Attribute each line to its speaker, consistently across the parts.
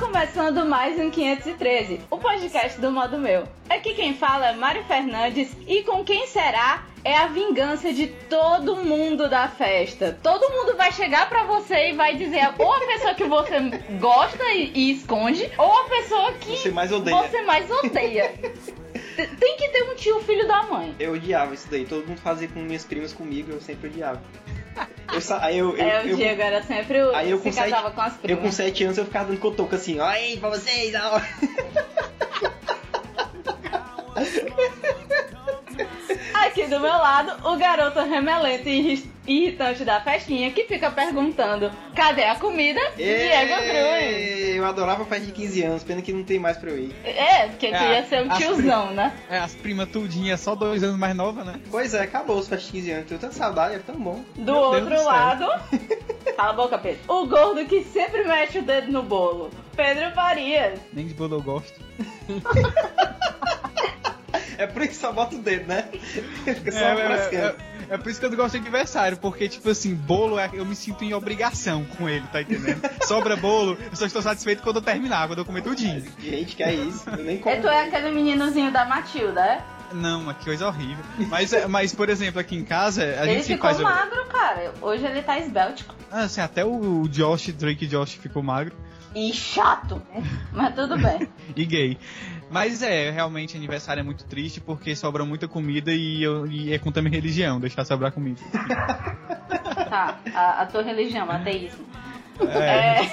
Speaker 1: começando mais um 513, o podcast do modo meu. Aqui quem fala é Mário Fernandes e com quem será é a vingança de todo mundo da festa. Todo mundo vai chegar pra você e vai dizer ou a pessoa que você gosta e, e esconde, ou a pessoa que
Speaker 2: Você mais odeia.
Speaker 1: você mais odeia. T- Tem que ter um tio filho da mãe.
Speaker 2: Eu odiava isso daí. Todo mundo fazia com minhas primas comigo, eu sempre odiava. Eu, sa- aí eu, eu,
Speaker 1: é, o
Speaker 2: eu-
Speaker 1: Diego era sempre o
Speaker 2: Aí
Speaker 1: que
Speaker 2: eu
Speaker 1: se
Speaker 2: com sete-
Speaker 1: casava com as
Speaker 2: eu com
Speaker 1: primas.
Speaker 2: 7 anos eu ficava dando cotoco assim, ó, aí pra vocês, ó.
Speaker 1: Aqui do meu lado, o garoto remelento e irri- irritante da festinha que fica perguntando: cadê a comida? Diego é Bruno.
Speaker 2: Ê, É, Eu adorava festa de 15 anos, pena que não tem mais pra eu ir.
Speaker 1: É, porque tu
Speaker 3: Ah,
Speaker 1: ia ser um
Speaker 3: as
Speaker 1: tiozão, né?
Speaker 3: É, as primas tudinhas, só dois anos mais nova, né?
Speaker 2: Pois é, acabou os festas de 15 anos, tenho tanta saudade, é tão bom.
Speaker 1: Do
Speaker 3: Deus
Speaker 1: outro
Speaker 3: do céu.
Speaker 1: lado. Cala a boca, Pedro. O gordo que sempre mete o dedo no bolo. Pedro Farias.
Speaker 3: Nem de bolo eu gosto.
Speaker 2: É por isso que só bota o dedo, né? Fica
Speaker 3: É,
Speaker 2: só
Speaker 3: é,
Speaker 2: frescando.
Speaker 3: é- é por isso que eu não gosto de aniversário, porque, tipo assim, bolo é- eu me sinto em obrigação com ele, tá entendendo? Sobra bolo, eu só estou satisfeito quando eu terminar, quando eu comer tudinho.
Speaker 2: Gente, que é isso? Eu nem
Speaker 1: E
Speaker 2: como.
Speaker 1: tu
Speaker 3: assim?
Speaker 1: é aquele meninozinho da Matilda, é?
Speaker 3: Não, mas que coisa horrível. Mas, é, mas por exemplo, aqui em casa, a
Speaker 1: ele
Speaker 3: gente
Speaker 1: ficou
Speaker 3: faz.
Speaker 1: magro, cara. Hoje ele tá esbéltico.
Speaker 3: Assim, até o Josh, Drake Josh ficou magro.
Speaker 1: E chato. né? Mas tudo bem.
Speaker 3: e gay. Mas é, realmente aniversário é muito triste porque sobra muita comida e, eu, e é contra a minha religião deixar sobrar comida.
Speaker 1: Tá. A, a tua religião, ateísmo.
Speaker 3: É,
Speaker 1: É.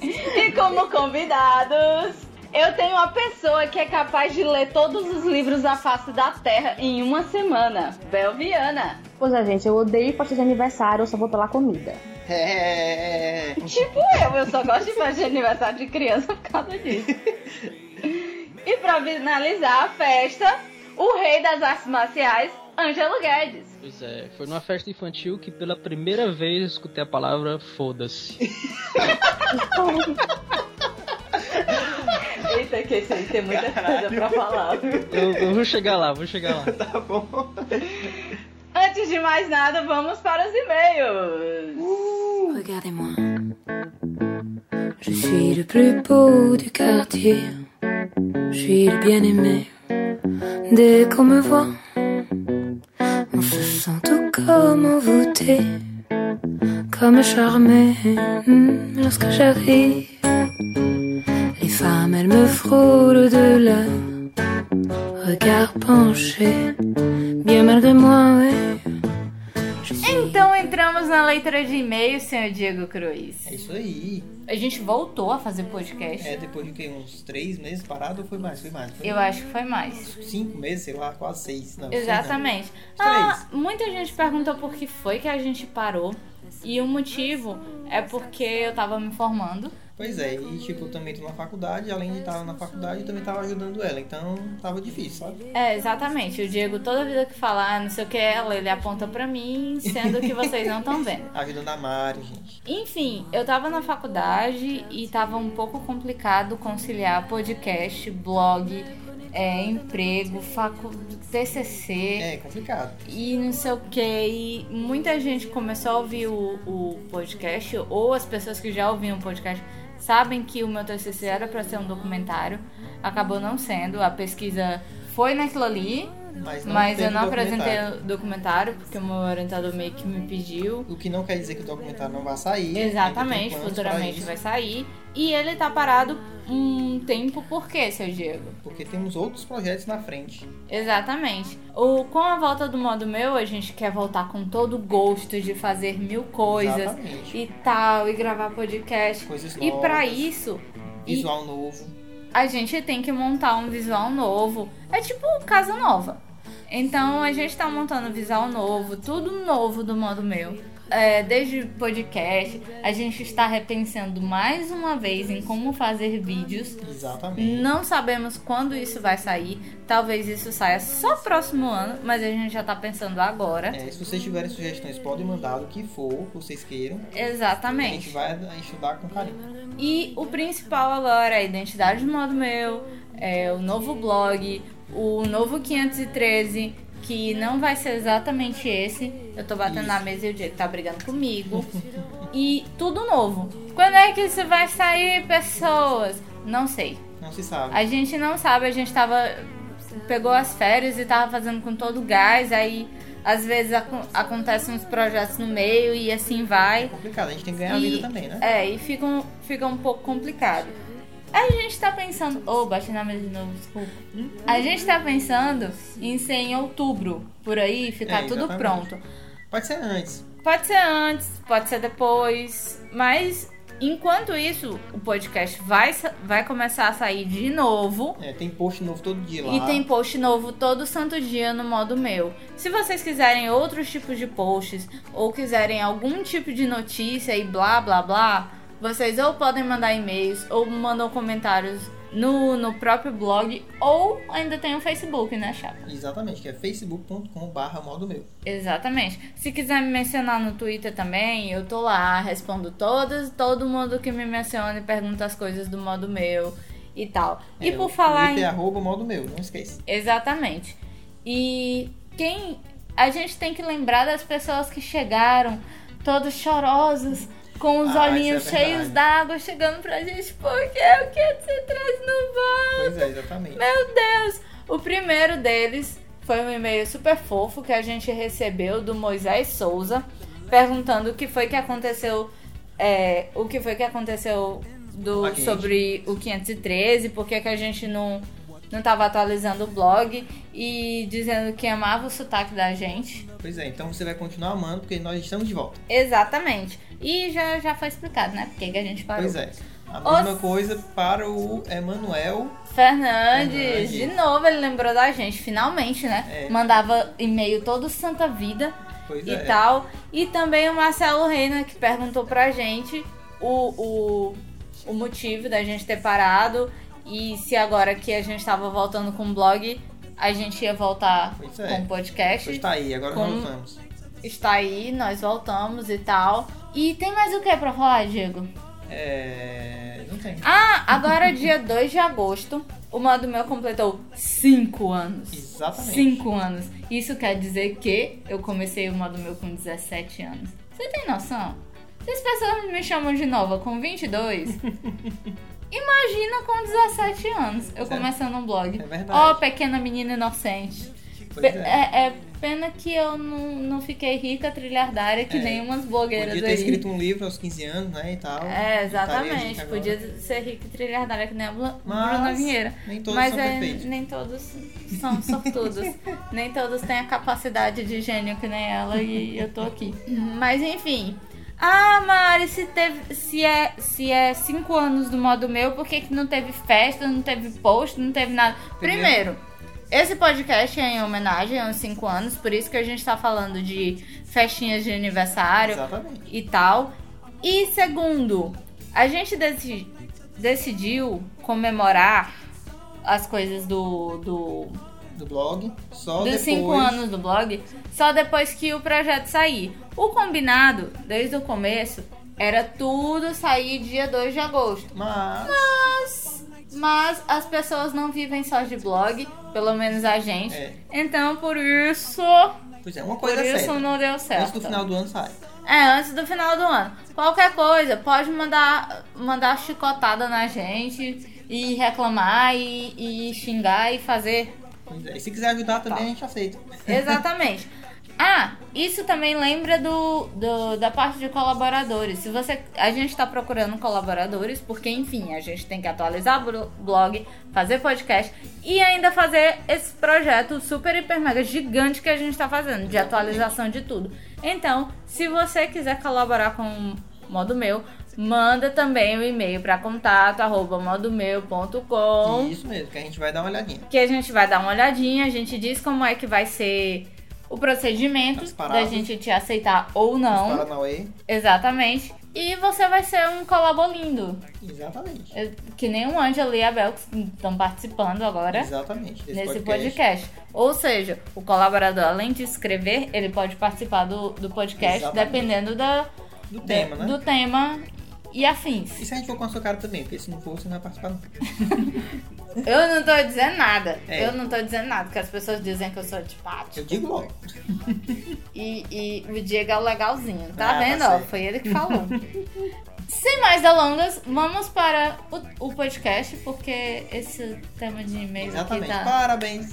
Speaker 1: e como convidados, eu tenho uma pessoa que é capaz de ler todos os livros da face da Terra em uma semana. Belviana.
Speaker 4: Pois é, gente, eu odeio festa de aniversário, eu só vou pela comida.
Speaker 2: É.
Speaker 1: Tipo eu, eu só gosto de festa de aniversário de criança por causa disso. e pra finalizar a festa, o rei das artes marciais, Ângelo Guedes.
Speaker 5: Pois é, foi numa festa infantil que pela primeira vez eu escutei a palavra foda-se.
Speaker 1: Eita, que esse aí tem muita coisa pra falar.
Speaker 5: Eu, eu vou chegar lá, vou chegar lá.
Speaker 2: Tá bom.
Speaker 1: Antes de mais nada, vamos para os e-mails.
Speaker 6: Regardez-moi. Je suis le plus beau du quartier. Je suis le bien-aimé. Dès qu'on me voit, on se sent tout comme envoûté, comme charmé. Hmm, Lorsque j'arrive, les femmes, elles me frôlent de leur regard penché. Bien malgré moi, oui. Je suis-
Speaker 7: Então entramos na leitura de e-mails, senhor Diego Cruz.
Speaker 8: É isso aí.
Speaker 7: A gente voltou a fazer podcast.
Speaker 8: É depois de que, uns três meses parado ou foi mais? Foi mais. Foi
Speaker 7: Eu acho que foi mais.
Speaker 8: cinco meses, sei lá, quase seis. Não, sei
Speaker 7: Exatamente.
Speaker 8: Os
Speaker 7: Ah, muita gente perguntou por que foi que a gente parou. E o motivo é porque eu tava me formando.
Speaker 8: não. Pois é, e tipo, eu também tô na faculdade, além de estar na faculdade, eu também tava ajudando ela, então tava difícil, sabe?
Speaker 7: É, exatamente. O Diego, toda vida que falar, não sei o que é ela, ele aponta pra mim, sendo que vocês não estão vendo.
Speaker 8: Ajudando a Mari, gente.
Speaker 7: Enfim, eu tava na faculdade e tava um pouco complicado conciliar podcast, blog, é, emprego, facu TCC
Speaker 8: É complicado.
Speaker 7: e não sei o que. E muita gente começou a ouvir o, o podcast, ou as pessoas que já ouviam o podcast sabem que o meu TCC era pra ser um documentário, acabou não sendo, a pesquisa foi naquilo ali,
Speaker 8: Mas, não
Speaker 7: mas
Speaker 8: teve
Speaker 7: eu não apresentei
Speaker 8: documentário.
Speaker 7: o documentário porque o meu orientador meio que me pediu.
Speaker 8: O que não quer dizer que o documentário não vai sair.
Speaker 7: Exatamente,
Speaker 8: ainda tem planos
Speaker 7: futuramente
Speaker 8: pra
Speaker 7: vai
Speaker 8: isso,
Speaker 7: sair. E ele tá parado um tempo, por quê, seu Diego?
Speaker 8: Porque temos outros projetos na frente.
Speaker 7: Exatamente. O, com a volta do modo meu, a gente quer voltar com todo o gosto de fazer mil coisas
Speaker 8: Exatamente.
Speaker 7: e tal, e gravar podcast.
Speaker 8: Coisas novas.
Speaker 7: E pra isso, e-
Speaker 8: Visual novo.
Speaker 7: a gente tem que montar um visual novo. É tipo casa nova. Então a gente tá montando visual novo, tudo novo do modo meu. É, desde podcast, a gente está repensando mais uma vez em como fazer vídeos.
Speaker 8: Exatamente.
Speaker 7: Não sabemos quando isso vai sair. Talvez isso saia só próximo ano, mas a gente já tá pensando agora.
Speaker 8: É, se vocês tiverem sugestões, podem mandar o que for, que vocês queiram. É. A gente
Speaker 7: Exatamente.
Speaker 8: vai estudar com carinho.
Speaker 7: E o principal agora é a identidade do modo meu, é o novo blog, o novo 513, que não vai ser exatamente esse. Eu tô batendo
Speaker 8: Isso.
Speaker 7: na mesa e o Diego tá brigando comigo. e tudo novo. Quando é que isso vai sair, pessoas? Não sei.
Speaker 8: Não se sabe.
Speaker 7: A gente não sabe, a gente tava. Pegou as férias e tava fazendo com todo o gás, aí às vezes acon- acontecem uns projetos no meio e assim vai.
Speaker 8: É Complicado, a gente tem que ganhar a
Speaker 7: E-
Speaker 8: vida também, né?
Speaker 7: É, e fica um, fica um pouco complicado. A gente tá pensando. Ô, bati na mesa de novo, desculpa.
Speaker 8: Uhum.
Speaker 7: A gente tá pensando em ser em outubro, por aí, ficar
Speaker 8: É,
Speaker 7: tudo
Speaker 8: exatamente.
Speaker 7: pronto.
Speaker 8: Pode ser antes.
Speaker 7: Pode ser antes, pode ser depois, mas enquanto isso, o podcast vai, sa- vai começar a sair de novo.
Speaker 8: É, tem post novo todo dia lá.
Speaker 7: E tem post novo todo santo dia no modo meu. Se vocês quiserem outros tipos de posts ou quiserem algum tipo de notícia e blá blá blá, vocês ou podem mandar e-mails ou mandam comentários no, no próprio blog ou ainda tem o Facebook, né, Chapa?
Speaker 8: Exatamente, que é facebook.com.br modo meu.
Speaker 7: Exatamente. Se quiser me mencionar no Twitter também, eu tô lá, respondo todas, todo mundo que me menciona e pergunta as coisas do modo meu e tal. e
Speaker 8: É,
Speaker 7: por
Speaker 8: o
Speaker 7: falar
Speaker 8: Twitter
Speaker 7: em
Speaker 8: é arroba modo meu, não esqueça.
Speaker 7: Exatamente. E quem a gente tem que lembrar das pessoas que chegaram todos chorosos, com os
Speaker 8: Ah,
Speaker 7: olhinhos
Speaker 8: isso é
Speaker 7: cheios
Speaker 8: verdade.
Speaker 7: d'água chegando pra gente, porque eu quero ser trans no banco.
Speaker 8: Pois é, exatamente.
Speaker 7: Meu Deus! O primeiro deles foi um e-mail super fofo que a gente recebeu do Moisés Souza, perguntando o que foi que aconteceu, é, o que foi que aconteceu do-
Speaker 8: Aqui.
Speaker 7: sobre o 513, por que que a gente não não tava atualizando o blog e dizendo que amava o sotaque da gente.
Speaker 8: Pois é, então você vai continuar amando, porque nós estamos de volta.
Speaker 7: Exatamente. E já, já foi explicado, né? Por que que a gente parou.
Speaker 8: Pois é. A
Speaker 7: Os-
Speaker 8: mesma coisa para o Emanuel.
Speaker 7: Fernandes,
Speaker 8: Fernandes.
Speaker 7: de novo ele lembrou da gente, finalmente, né?
Speaker 8: É.
Speaker 7: Mandava e-mail todo santa vida
Speaker 8: Pois
Speaker 7: e tá,
Speaker 8: é.
Speaker 7: tal. E também o Marcelo Reina, que perguntou pra gente o, o, o motivo da gente ter parado e se agora que a gente tava voltando com o blog, a gente ia voltar
Speaker 8: Pois é.
Speaker 7: com o podcast.
Speaker 8: Pois tá aí, agora
Speaker 7: Com-
Speaker 8: nós vamos.
Speaker 7: Está aí, nós voltamos e tal. E tem mais o que pra falar, Diego?
Speaker 8: É. Não tem.
Speaker 7: Ah, agora dia 2 de agosto, o modo meu completou 5 anos.
Speaker 8: Exatamente.
Speaker 7: 5 anos. Isso quer dizer que eu comecei o modo meu com 17 anos. Você tem noção? Se as pessoas me chamam de nova com 22, imagina com 17 anos eu
Speaker 8: Pois é.
Speaker 7: começando um
Speaker 8: É
Speaker 7: blog.
Speaker 8: verdade.
Speaker 7: Ó, pequena menina inocente.
Speaker 8: pois
Speaker 7: Pe-
Speaker 8: é.
Speaker 7: é, é pena que eu não, não fiquei rica, trilhardária, que
Speaker 8: É.
Speaker 7: nem umas blogueiras
Speaker 8: Podia ter
Speaker 7: aí.
Speaker 8: escrito um livro aos 15 anos, né? E tal.
Speaker 7: É,
Speaker 8: Estaria a gente
Speaker 7: exatamente.
Speaker 8: agora.
Speaker 7: Podia ser rico e trilhardária que nem a Blu-
Speaker 8: Mas-
Speaker 7: Bruna Vieira.
Speaker 8: Nem todos
Speaker 7: Mas
Speaker 8: são
Speaker 7: é,
Speaker 8: perfeitos.
Speaker 7: nem todos são sortudos. nem todos têm a capacidade de gênio que nem ela e eu tô aqui. Mas enfim. Ah, Mari, se, teve, se, é, se é cinco anos do modo meu, por que, que não teve festa, não teve post, não teve nada? Primeiro,
Speaker 8: Primeiro.
Speaker 7: esse podcast é em homenagem aos cinco anos, por isso que a gente tá falando de festinhas de aniversário,
Speaker 8: Exatamente.
Speaker 7: e tal. E segundo, a gente deci- decidiu comemorar as coisas do, do
Speaker 8: Do blog. Só
Speaker 7: dos
Speaker 8: depois.
Speaker 7: 5 anos do blog, só depois que o projeto sair. O combinado, desde o começo, era tudo sair dia 2 de agosto.
Speaker 8: Mas.
Speaker 7: Mas as pessoas não vivem só de blog, pelo menos a gente.
Speaker 8: É.
Speaker 7: Então, por isso,
Speaker 8: Pois é, uma
Speaker 7: por
Speaker 8: coisa
Speaker 7: isso
Speaker 8: certa.
Speaker 7: não deu um certo.
Speaker 8: Antes do final do ano sai.
Speaker 7: É, antes do final do ano. Qualquer coisa, pode mandar, mandar chicotada na gente e reclamar e, e xingar e fazer.
Speaker 8: Pois é. E se quiser ajudar também,
Speaker 7: Tá.
Speaker 8: a gente aceita.
Speaker 7: Exatamente. Ah, isso também lembra do, do- da parte de colaboradores. Se você, a gente está procurando colaboradores, porque enfim, a gente tem que atualizar o blog, fazer podcast e ainda fazer esse projeto super hiper mega gigante que a gente está fazendo de atualização de tudo. Então, se você quiser colaborar com o modo meu, manda também o e-mail para contato@modomeu.com
Speaker 8: Isso mesmo, que a gente vai dar uma olhadinha.
Speaker 7: que a gente vai dar uma olhadinha, a gente diz como é que vai ser o procedimento
Speaker 8: As
Speaker 7: da
Speaker 8: paradas.
Speaker 7: gente te aceitar ou
Speaker 8: Os
Speaker 7: não.
Speaker 8: Paranauê.
Speaker 7: Exatamente. E você vai ser um colabolindo.
Speaker 8: Exatamente.
Speaker 7: Eu- Que nem o Ângelo e a Bel que estão participando agora
Speaker 8: Exatamente. Esse
Speaker 7: nesse podcast. Ou seja, o colaborador, além de escrever, ele pode participar do, do podcast
Speaker 8: Exatamente.
Speaker 7: dependendo da,
Speaker 8: Do tema, né?
Speaker 7: do tema e afins.
Speaker 8: E se a gente for com a sua cara também? Porque se não for, você não vai participar. não.
Speaker 7: Eu não tô dizendo nada.
Speaker 8: É.
Speaker 7: Eu não tô dizendo nada, que as pessoas dizem que eu sou antipática.
Speaker 8: Eu digo logo.
Speaker 7: E, e o Diego é o legalzinho. Tá
Speaker 8: Ah, tá
Speaker 7: vendo? ó,
Speaker 8: certo.
Speaker 7: foi ele que falou. Sem mais delongas, vamos para o, o podcast, porque esse tema de e-mails aqui
Speaker 8: Exatamente.
Speaker 7: tá.
Speaker 8: Parabéns.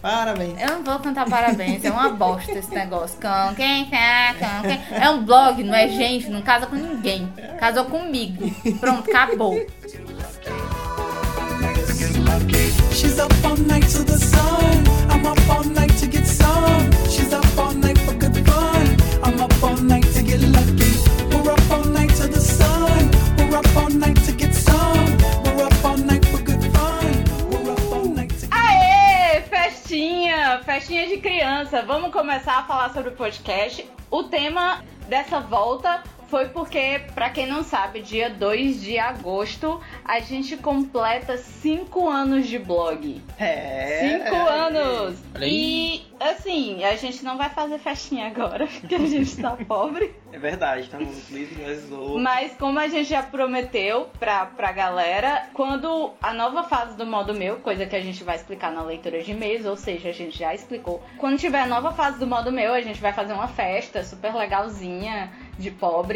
Speaker 8: Parabéns.
Speaker 7: Eu não vou cantar parabéns, é uma bosta esse negócio. Com quem tá, com quem. É um blog, não é gente, não casa com ninguém. Casou comigo. Pronto, acabou.
Speaker 9: She's up all night to the sun. I'm up all night to get some. She's up all night for good fun. I'm up all night to get lucky. We're up all night to the sun. We're up all night to get some. We're up all night for good fun. We're up all night to get
Speaker 1: Aê, festinha, festinha de criança. Vamos começar a falar sobre o podcast. O tema dessa volta foi porque, pra quem não sabe, dia 2 de agosto a gente completa 5 anos de blog.
Speaker 8: É.
Speaker 1: 5 anos!
Speaker 5: Olha
Speaker 1: E assim, a gente não vai fazer festinha agora, porque a gente tá pobre.
Speaker 2: É verdade, tá no livro, mas o-
Speaker 1: Mas como a gente já prometeu pra, pra galera, quando a nova fase do modo meu, coisa que a gente vai explicar na leitura de e-mails, ou seja, a gente já explicou. Quando tiver a nova fase do modo meu, a gente vai fazer uma festa super legalzinha de pobre.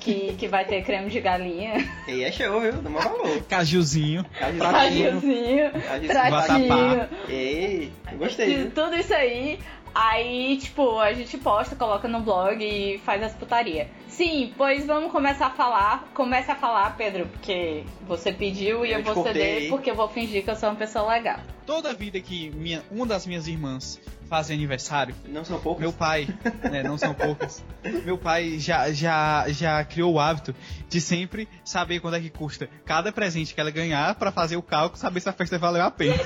Speaker 1: Que, que vai ter creme de galinha,
Speaker 2: E aí é show, viu? Dá mó valor. Tá
Speaker 3: Cajuzinho.
Speaker 7: Tá
Speaker 2: Tratinho.
Speaker 1: tratinho,
Speaker 2: Tratinho.
Speaker 1: tratinho,
Speaker 2: Tá Ei, eu gostei,
Speaker 1: de
Speaker 2: viu?
Speaker 1: tudo isso aí. Aí, tipo, a gente posta, coloca no blog e faz as putaria. Sim, pois vamos começar a falar. Começa a falar, Pedro, porque você pediu e
Speaker 2: Eu
Speaker 1: eu,
Speaker 2: te
Speaker 1: vou ceder,
Speaker 2: cortei.
Speaker 1: porque eu vou fingir que eu sou uma pessoa legal.
Speaker 3: Toda vida que minha, uma das minhas irmãs faz aniversário,
Speaker 2: Não são poucos.
Speaker 3: Meu pai, né, não são poucas. Meu pai já, já, já criou o hábito de sempre saber quanto é que custa cada presente que ela ganhar pra fazer o cálculo, saber se a festa valeu a pena.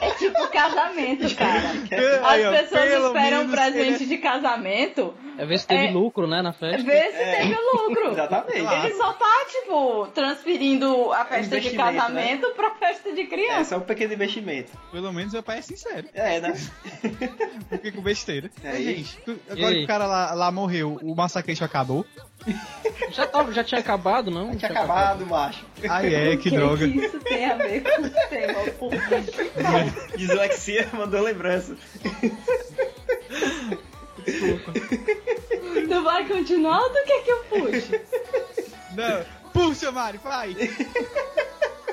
Speaker 1: É tipo casamento, cara. As
Speaker 3: Aí, ó,
Speaker 1: pessoas
Speaker 3: pelo
Speaker 1: esperam um
Speaker 3: menos
Speaker 1: presente de casamento
Speaker 5: É ver se teve
Speaker 1: É.
Speaker 5: lucro, né, na festa.
Speaker 1: ver se
Speaker 2: É.
Speaker 1: teve lucro.
Speaker 2: Exatamente.
Speaker 7: é
Speaker 2: É,
Speaker 3: Claro.
Speaker 1: Ele só tá, tipo, transferindo a festa de
Speaker 2: investimento, né?
Speaker 1: casamento pra festa de
Speaker 2: É
Speaker 1: criança.
Speaker 2: só um pequeno investimento.
Speaker 3: Pelo menos meu pai é sincero.
Speaker 2: É, né?
Speaker 3: Fiquei com besteira.
Speaker 2: E
Speaker 3: Mas,
Speaker 2: aí?
Speaker 3: gente, tu- agora
Speaker 5: aí?
Speaker 3: que o cara lá, lá morreu, o massacreixo acabou.
Speaker 5: Já, tava, já tinha acabado, não?
Speaker 2: Tinha acabado, macho.
Speaker 3: Ai é, que
Speaker 1: O
Speaker 3: droga.
Speaker 1: que isso tem a ver com o tema? Por que que tá
Speaker 2: Dislexia mandou lembrança.
Speaker 1: Tu vai continuar ou tu quer que eu puxe?
Speaker 3: Não. Puxa, Mari, vai!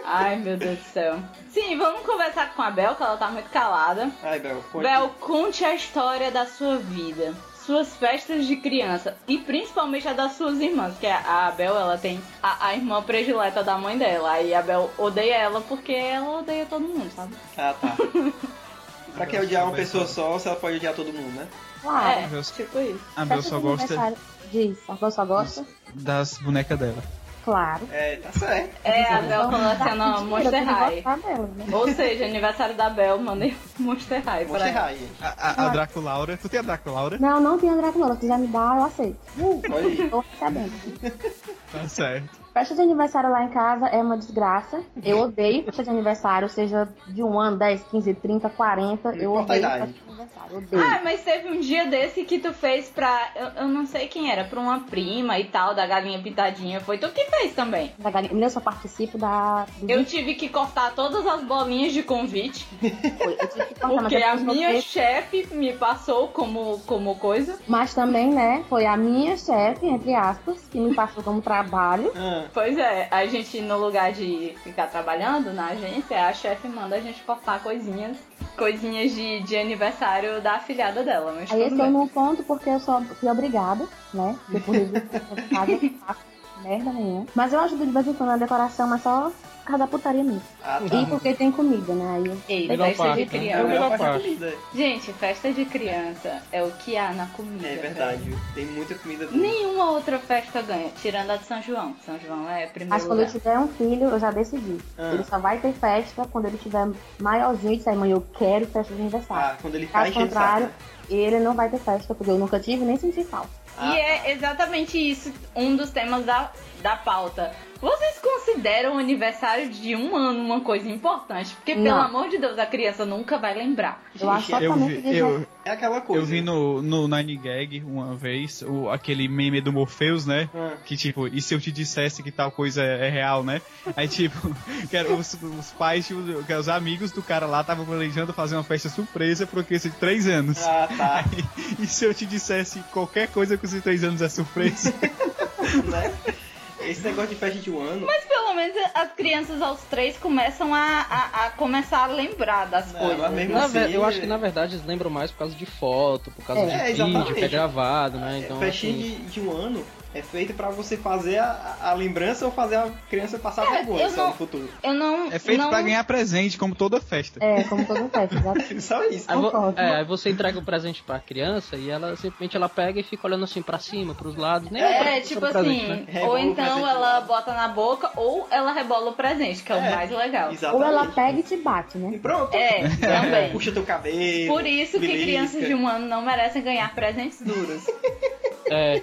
Speaker 1: Ai, meu Deus do céu. Sim, vamos conversar com a Bel, que ela tá muito calada.
Speaker 2: Ai, Bel, foi.
Speaker 1: Bel, conte a história da sua vida, suas festas de criança e principalmente a das suas irmãs, que a a Bel, ela tem a, a irmã predileta da mãe dela. Aí a Bel odeia ela porque ela odeia todo mundo, sabe?
Speaker 2: Ah, tá. Pra que odiar uma pessoa só, se ela pode odiar todo mundo, né?
Speaker 4: Claro.
Speaker 1: é,
Speaker 3: Ah, meu Deus.
Speaker 1: tipo isso.
Speaker 3: A Bel
Speaker 4: Festa
Speaker 3: só
Speaker 4: de
Speaker 3: gosta
Speaker 4: aniversário- Diz, a Bel só gosta?
Speaker 3: das bonecas dela.
Speaker 4: Claro. Então, tá
Speaker 2: É, tá certo.
Speaker 1: É, a Bel coleciona
Speaker 4: Mentira,
Speaker 1: Monster
Speaker 4: tem que
Speaker 1: High.
Speaker 4: gostar dela, né?
Speaker 1: Ou seja, aniversário da Bel, mandei Monster High pra
Speaker 2: Monster
Speaker 1: ela.
Speaker 2: High. gente.
Speaker 3: A, a, a Draculaura. Tu tem a Draculaura?
Speaker 4: Não, não tem André Clara. Se já me dá, eu aceito.
Speaker 2: Olha aí.
Speaker 4: Tô sabendo.
Speaker 3: Tá certo.
Speaker 4: Festa de aniversário lá em casa é uma desgraça. Eu odeio festa de aniversário, seja de um ano, 10, 15, 30, 40. Eu
Speaker 2: Não importa a
Speaker 4: odeio
Speaker 2: idade.
Speaker 4: festa de aniversário. Odeio.
Speaker 1: Ah, mas teve um dia desse que tu fez pra. Eu, eu não sei quem era, pra uma prima e tal, da galinha pintadinha. Foi tu que fez também.
Speaker 4: Da galinha- Menina, eu só participo da. do
Speaker 1: Eu tive que cortar todas as bolinhas de convite,
Speaker 4: biscoito. Eu tive que cortar, mas
Speaker 1: porque
Speaker 4: eu
Speaker 1: a
Speaker 4: fiz uma
Speaker 1: minha
Speaker 4: vez.
Speaker 1: chefe me passou como, como coisa.
Speaker 4: Mas também, né? Foi a minha chefe, entre aspas, que me passou como trabalho.
Speaker 2: Ah,
Speaker 1: Pois é, a gente, no lugar de ficar trabalhando na agência, a chefe manda a gente cortar coisinhas. Coisinhas de, de aniversário da afilhada dela, mas
Speaker 4: Aí
Speaker 1: tudo
Speaker 4: esse é eu
Speaker 1: bem.
Speaker 4: não conto porque eu só fui obrigada, né? Depois de casa, eu não faço merda nenhuma. Mas eu ajudo de vez em quando na decoração, mas só por causa da putaria mesmo.
Speaker 2: ah
Speaker 4: E
Speaker 2: tá.
Speaker 4: porque tem comida, né? Aí eu
Speaker 1: Ei,
Speaker 5: Melhor
Speaker 1: festa de
Speaker 5: parte, né?
Speaker 2: É o
Speaker 1: criança.
Speaker 2: melhor
Speaker 5: melhor
Speaker 2: parte da
Speaker 5: parte.
Speaker 2: comida.
Speaker 1: Gente, festa de criança é o que há na comida.
Speaker 2: É
Speaker 1: velho.
Speaker 2: verdade, viu? Tem muita comida boa.
Speaker 1: Nenhuma outra festa ganha, tirando a de São João. São João é primeiro
Speaker 4: Mas quando eu
Speaker 1: lugar.
Speaker 4: tiver um filho, eu já decidi.
Speaker 2: Ah.
Speaker 4: Ele só vai ter festa quando ele tiver maiorzinho e disser, mãe, eu quero festa de aniversário.
Speaker 2: Ah, quando ele
Speaker 4: Caso
Speaker 2: faz, enche o saco,
Speaker 4: contrário,
Speaker 2: né?
Speaker 4: ele não vai ter festa, porque eu nunca tive nem senti falta.
Speaker 1: E é exatamente isso, um dos temas da, da pauta. Vocês consideram o aniversário de um ano uma coisa importante? Porque, pelo
Speaker 4: Não.
Speaker 1: amor de Deus, a criança nunca vai lembrar.
Speaker 4: Eu acho
Speaker 2: Gente,
Speaker 3: Eu
Speaker 4: totalmente
Speaker 3: vi, eu,
Speaker 2: É aquela coisa.
Speaker 3: eu vi no, no Nine Gag uma vez o, aquele meme do Morpheus, né?
Speaker 2: Ah.
Speaker 3: Que tipo, e se eu te dissesse que tal coisa é é real, né? Aí tipo, que era os, os pais, tipo, que os amigos do cara lá estavam planejando fazer uma festa surpresa pra uma criança de 3 anos.
Speaker 2: Ah, tá.
Speaker 3: E se eu te dissesse qualquer coisa com esses 3 anos é surpresa?
Speaker 2: né? Esse negócio de festa de um ano.
Speaker 1: Mas pelo menos as crianças aos três começam a, a, a começar a lembrar das
Speaker 2: Não,
Speaker 1: coisas.
Speaker 2: mas mesmo
Speaker 5: Na
Speaker 2: assim,
Speaker 5: ve- eu acho que na verdade eles lembram mais por causa de foto, por causa
Speaker 4: É,
Speaker 5: de vídeo que é
Speaker 2: exatamente.
Speaker 5: gravado, né? Então,
Speaker 2: festinha
Speaker 5: assim,
Speaker 2: de, de um ano é feita pra você fazer a, a lembrança ou fazer a criança passar
Speaker 1: Cara,
Speaker 2: vergonha
Speaker 1: É, eu
Speaker 2: só
Speaker 1: não-
Speaker 2: no futuro.
Speaker 1: Eu não.
Speaker 3: É feito
Speaker 1: não...
Speaker 3: pra ganhar presente, como toda festa.
Speaker 4: É, como todo festa, exato.
Speaker 2: Só isso.
Speaker 5: aí vo-
Speaker 4: Concordo.
Speaker 5: é, aí você entrega o presente pra criança e ela simplesmente ela pega e fica olhando assim pra cima, pros lados, nem pra-
Speaker 1: É,
Speaker 5: pra
Speaker 1: tipo
Speaker 5: o presente,
Speaker 1: assim,
Speaker 5: né?
Speaker 2: Rebola
Speaker 1: ou
Speaker 2: o
Speaker 1: então
Speaker 2: presente
Speaker 1: ela
Speaker 2: lá.
Speaker 1: bota na boca ou ela rebola o presente, que é, o
Speaker 2: É,
Speaker 1: mais legal.
Speaker 4: Ou
Speaker 2: Exatamente.
Speaker 4: ela pega e te bate, né?
Speaker 2: E pronto.
Speaker 1: É, também.
Speaker 2: Puxa teu cabelo.
Speaker 1: Por isso que
Speaker 2: belisca.
Speaker 1: crianças de um ano não merecem ganhar presentes duros.
Speaker 5: É,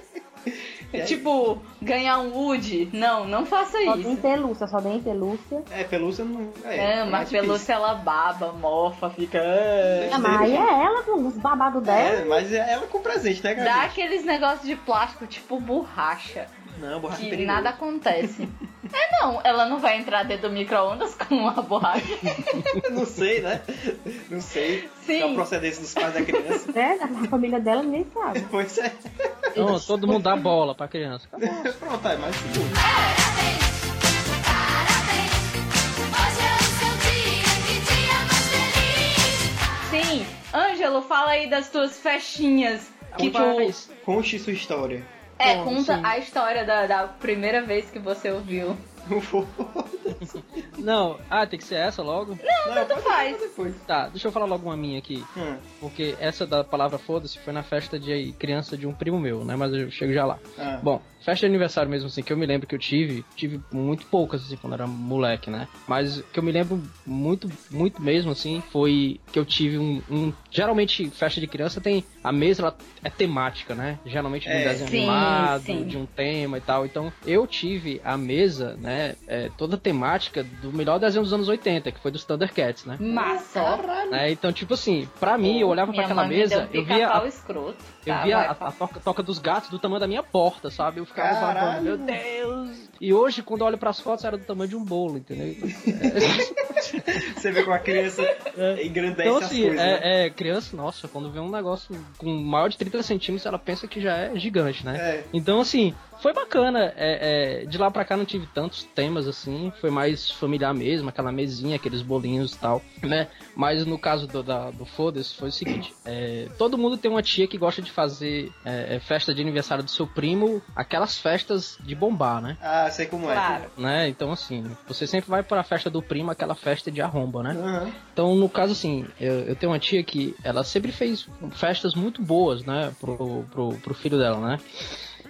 Speaker 2: É.
Speaker 1: tipo, ganhar um Woody. Não, não faça
Speaker 4: Só tem
Speaker 1: É isso.
Speaker 4: pelúcia, só tem pelúcia.
Speaker 2: É, pelúcia não. É,
Speaker 1: É, mas
Speaker 2: difícil.
Speaker 1: pelúcia ela baba, mofa, fica. "Ah". né?
Speaker 4: É, mas aí é ela com os babados dela.
Speaker 2: É, mas é ela com presente, né,
Speaker 1: Dá
Speaker 2: cara?
Speaker 1: aqueles negócios de plástico tipo borracha,
Speaker 2: Não, borracha
Speaker 1: que
Speaker 2: perigoso.
Speaker 1: nada acontece. É não, ela não vai entrar dentro do micro-ondas com uma borracha.
Speaker 2: Não sei, né? Não sei.
Speaker 1: Sim.
Speaker 2: Qual a procedência dos pais da criança.
Speaker 4: Né? A família dela ninguém sabe.
Speaker 2: Pois é.
Speaker 5: então, todo mundo dá bola pra criança.
Speaker 2: Pronto, é mais seguro.
Speaker 1: Sim, Ângelo, fala aí das tuas festinhas. Que tu
Speaker 5: Mas,
Speaker 2: Conte sua história.
Speaker 1: é,
Speaker 5: Bom,
Speaker 1: conta
Speaker 5: sim.
Speaker 1: a história da, da primeira vez que você ouviu.
Speaker 2: Não vou.
Speaker 5: Não, ah, tem que ser essa logo?
Speaker 2: Não,
Speaker 1: Tanto
Speaker 2: pode-
Speaker 1: faz.
Speaker 2: Depois.
Speaker 5: Tá, deixa eu falar logo uma minha aqui.
Speaker 2: Hum.
Speaker 5: Porque essa da palavra foda-se foi na festa de criança de um primo meu, né? Mas eu chego já lá.
Speaker 2: Ah.
Speaker 5: Bom, festa de aniversário mesmo assim, que eu me lembro que eu tive, tive muito poucas assim quando era moleque, né? Mas que eu me lembro muito, muito mesmo assim, foi que eu tive um. um- geralmente, festa de criança tem. A mesa ela é temática, né? Geralmente de um
Speaker 2: É.
Speaker 5: desenho
Speaker 1: Sim,
Speaker 5: animado,
Speaker 1: sim.
Speaker 5: de um tema e tal. Então, eu tive a mesa, né? é, toda temática do melhor desenho dos anos 80, que foi dos Thundercats, né?
Speaker 1: Massa.
Speaker 5: Né? Então, tipo assim, pra mim, eu olhava pra
Speaker 1: Minha
Speaker 5: aquela
Speaker 1: mãe me deu
Speaker 5: mesa,
Speaker 1: um
Speaker 5: eu via a
Speaker 1: pica-pau escroto.
Speaker 5: eu
Speaker 1: Tá,
Speaker 5: via
Speaker 1: vai,
Speaker 5: a,
Speaker 1: fala.
Speaker 5: a toca, toca dos gatos do tamanho da minha porta, sabe? Eu ficava
Speaker 2: Caralho.
Speaker 5: babando, meu Deus. E hoje, quando eu olho pras fotos, era do tamanho de um bolo, entendeu?
Speaker 2: Você vê como a criança engrandece
Speaker 5: então,
Speaker 2: as
Speaker 5: assim,
Speaker 2: coisas. né?
Speaker 5: é, é, criança, nossa, quando vê um negócio com maior de 30 centímetros, ela pensa que já é gigante, né?
Speaker 2: É.
Speaker 5: Então, assim, foi bacana. É, é, de lá pra cá não tive tantos temas assim. Foi mais familiar mesmo, aquela mesinha, aqueles bolinhos e tal, né? Mas no caso do, da, do Foda-se, foi o seguinte: é, todo mundo tem uma tia que gosta de fazer é, é, festa de aniversário do seu primo, aquelas festas de bombar, né?
Speaker 2: Ah, sei como
Speaker 1: Claro.
Speaker 5: Né? Então, assim, você sempre vai pra festa do primo, aquela festa de arromba,
Speaker 2: é.
Speaker 5: né?
Speaker 2: Aham.
Speaker 5: Então, no caso, assim, eu, eu tenho uma tia que ela sempre fez festas muito boas, né, pro, pro, pro filho dela, né?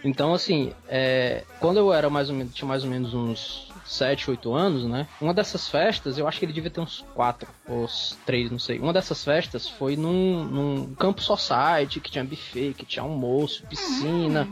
Speaker 5: Então, assim, é, quando eu era mais ou menos, tinha mais ou menos uns 7, 8 anos, né? Uma dessas festas, eu acho que ele devia ter uns 4 ou 3, não sei. Uma dessas festas foi num, num campo society, que tinha buffet, que tinha almoço, piscina,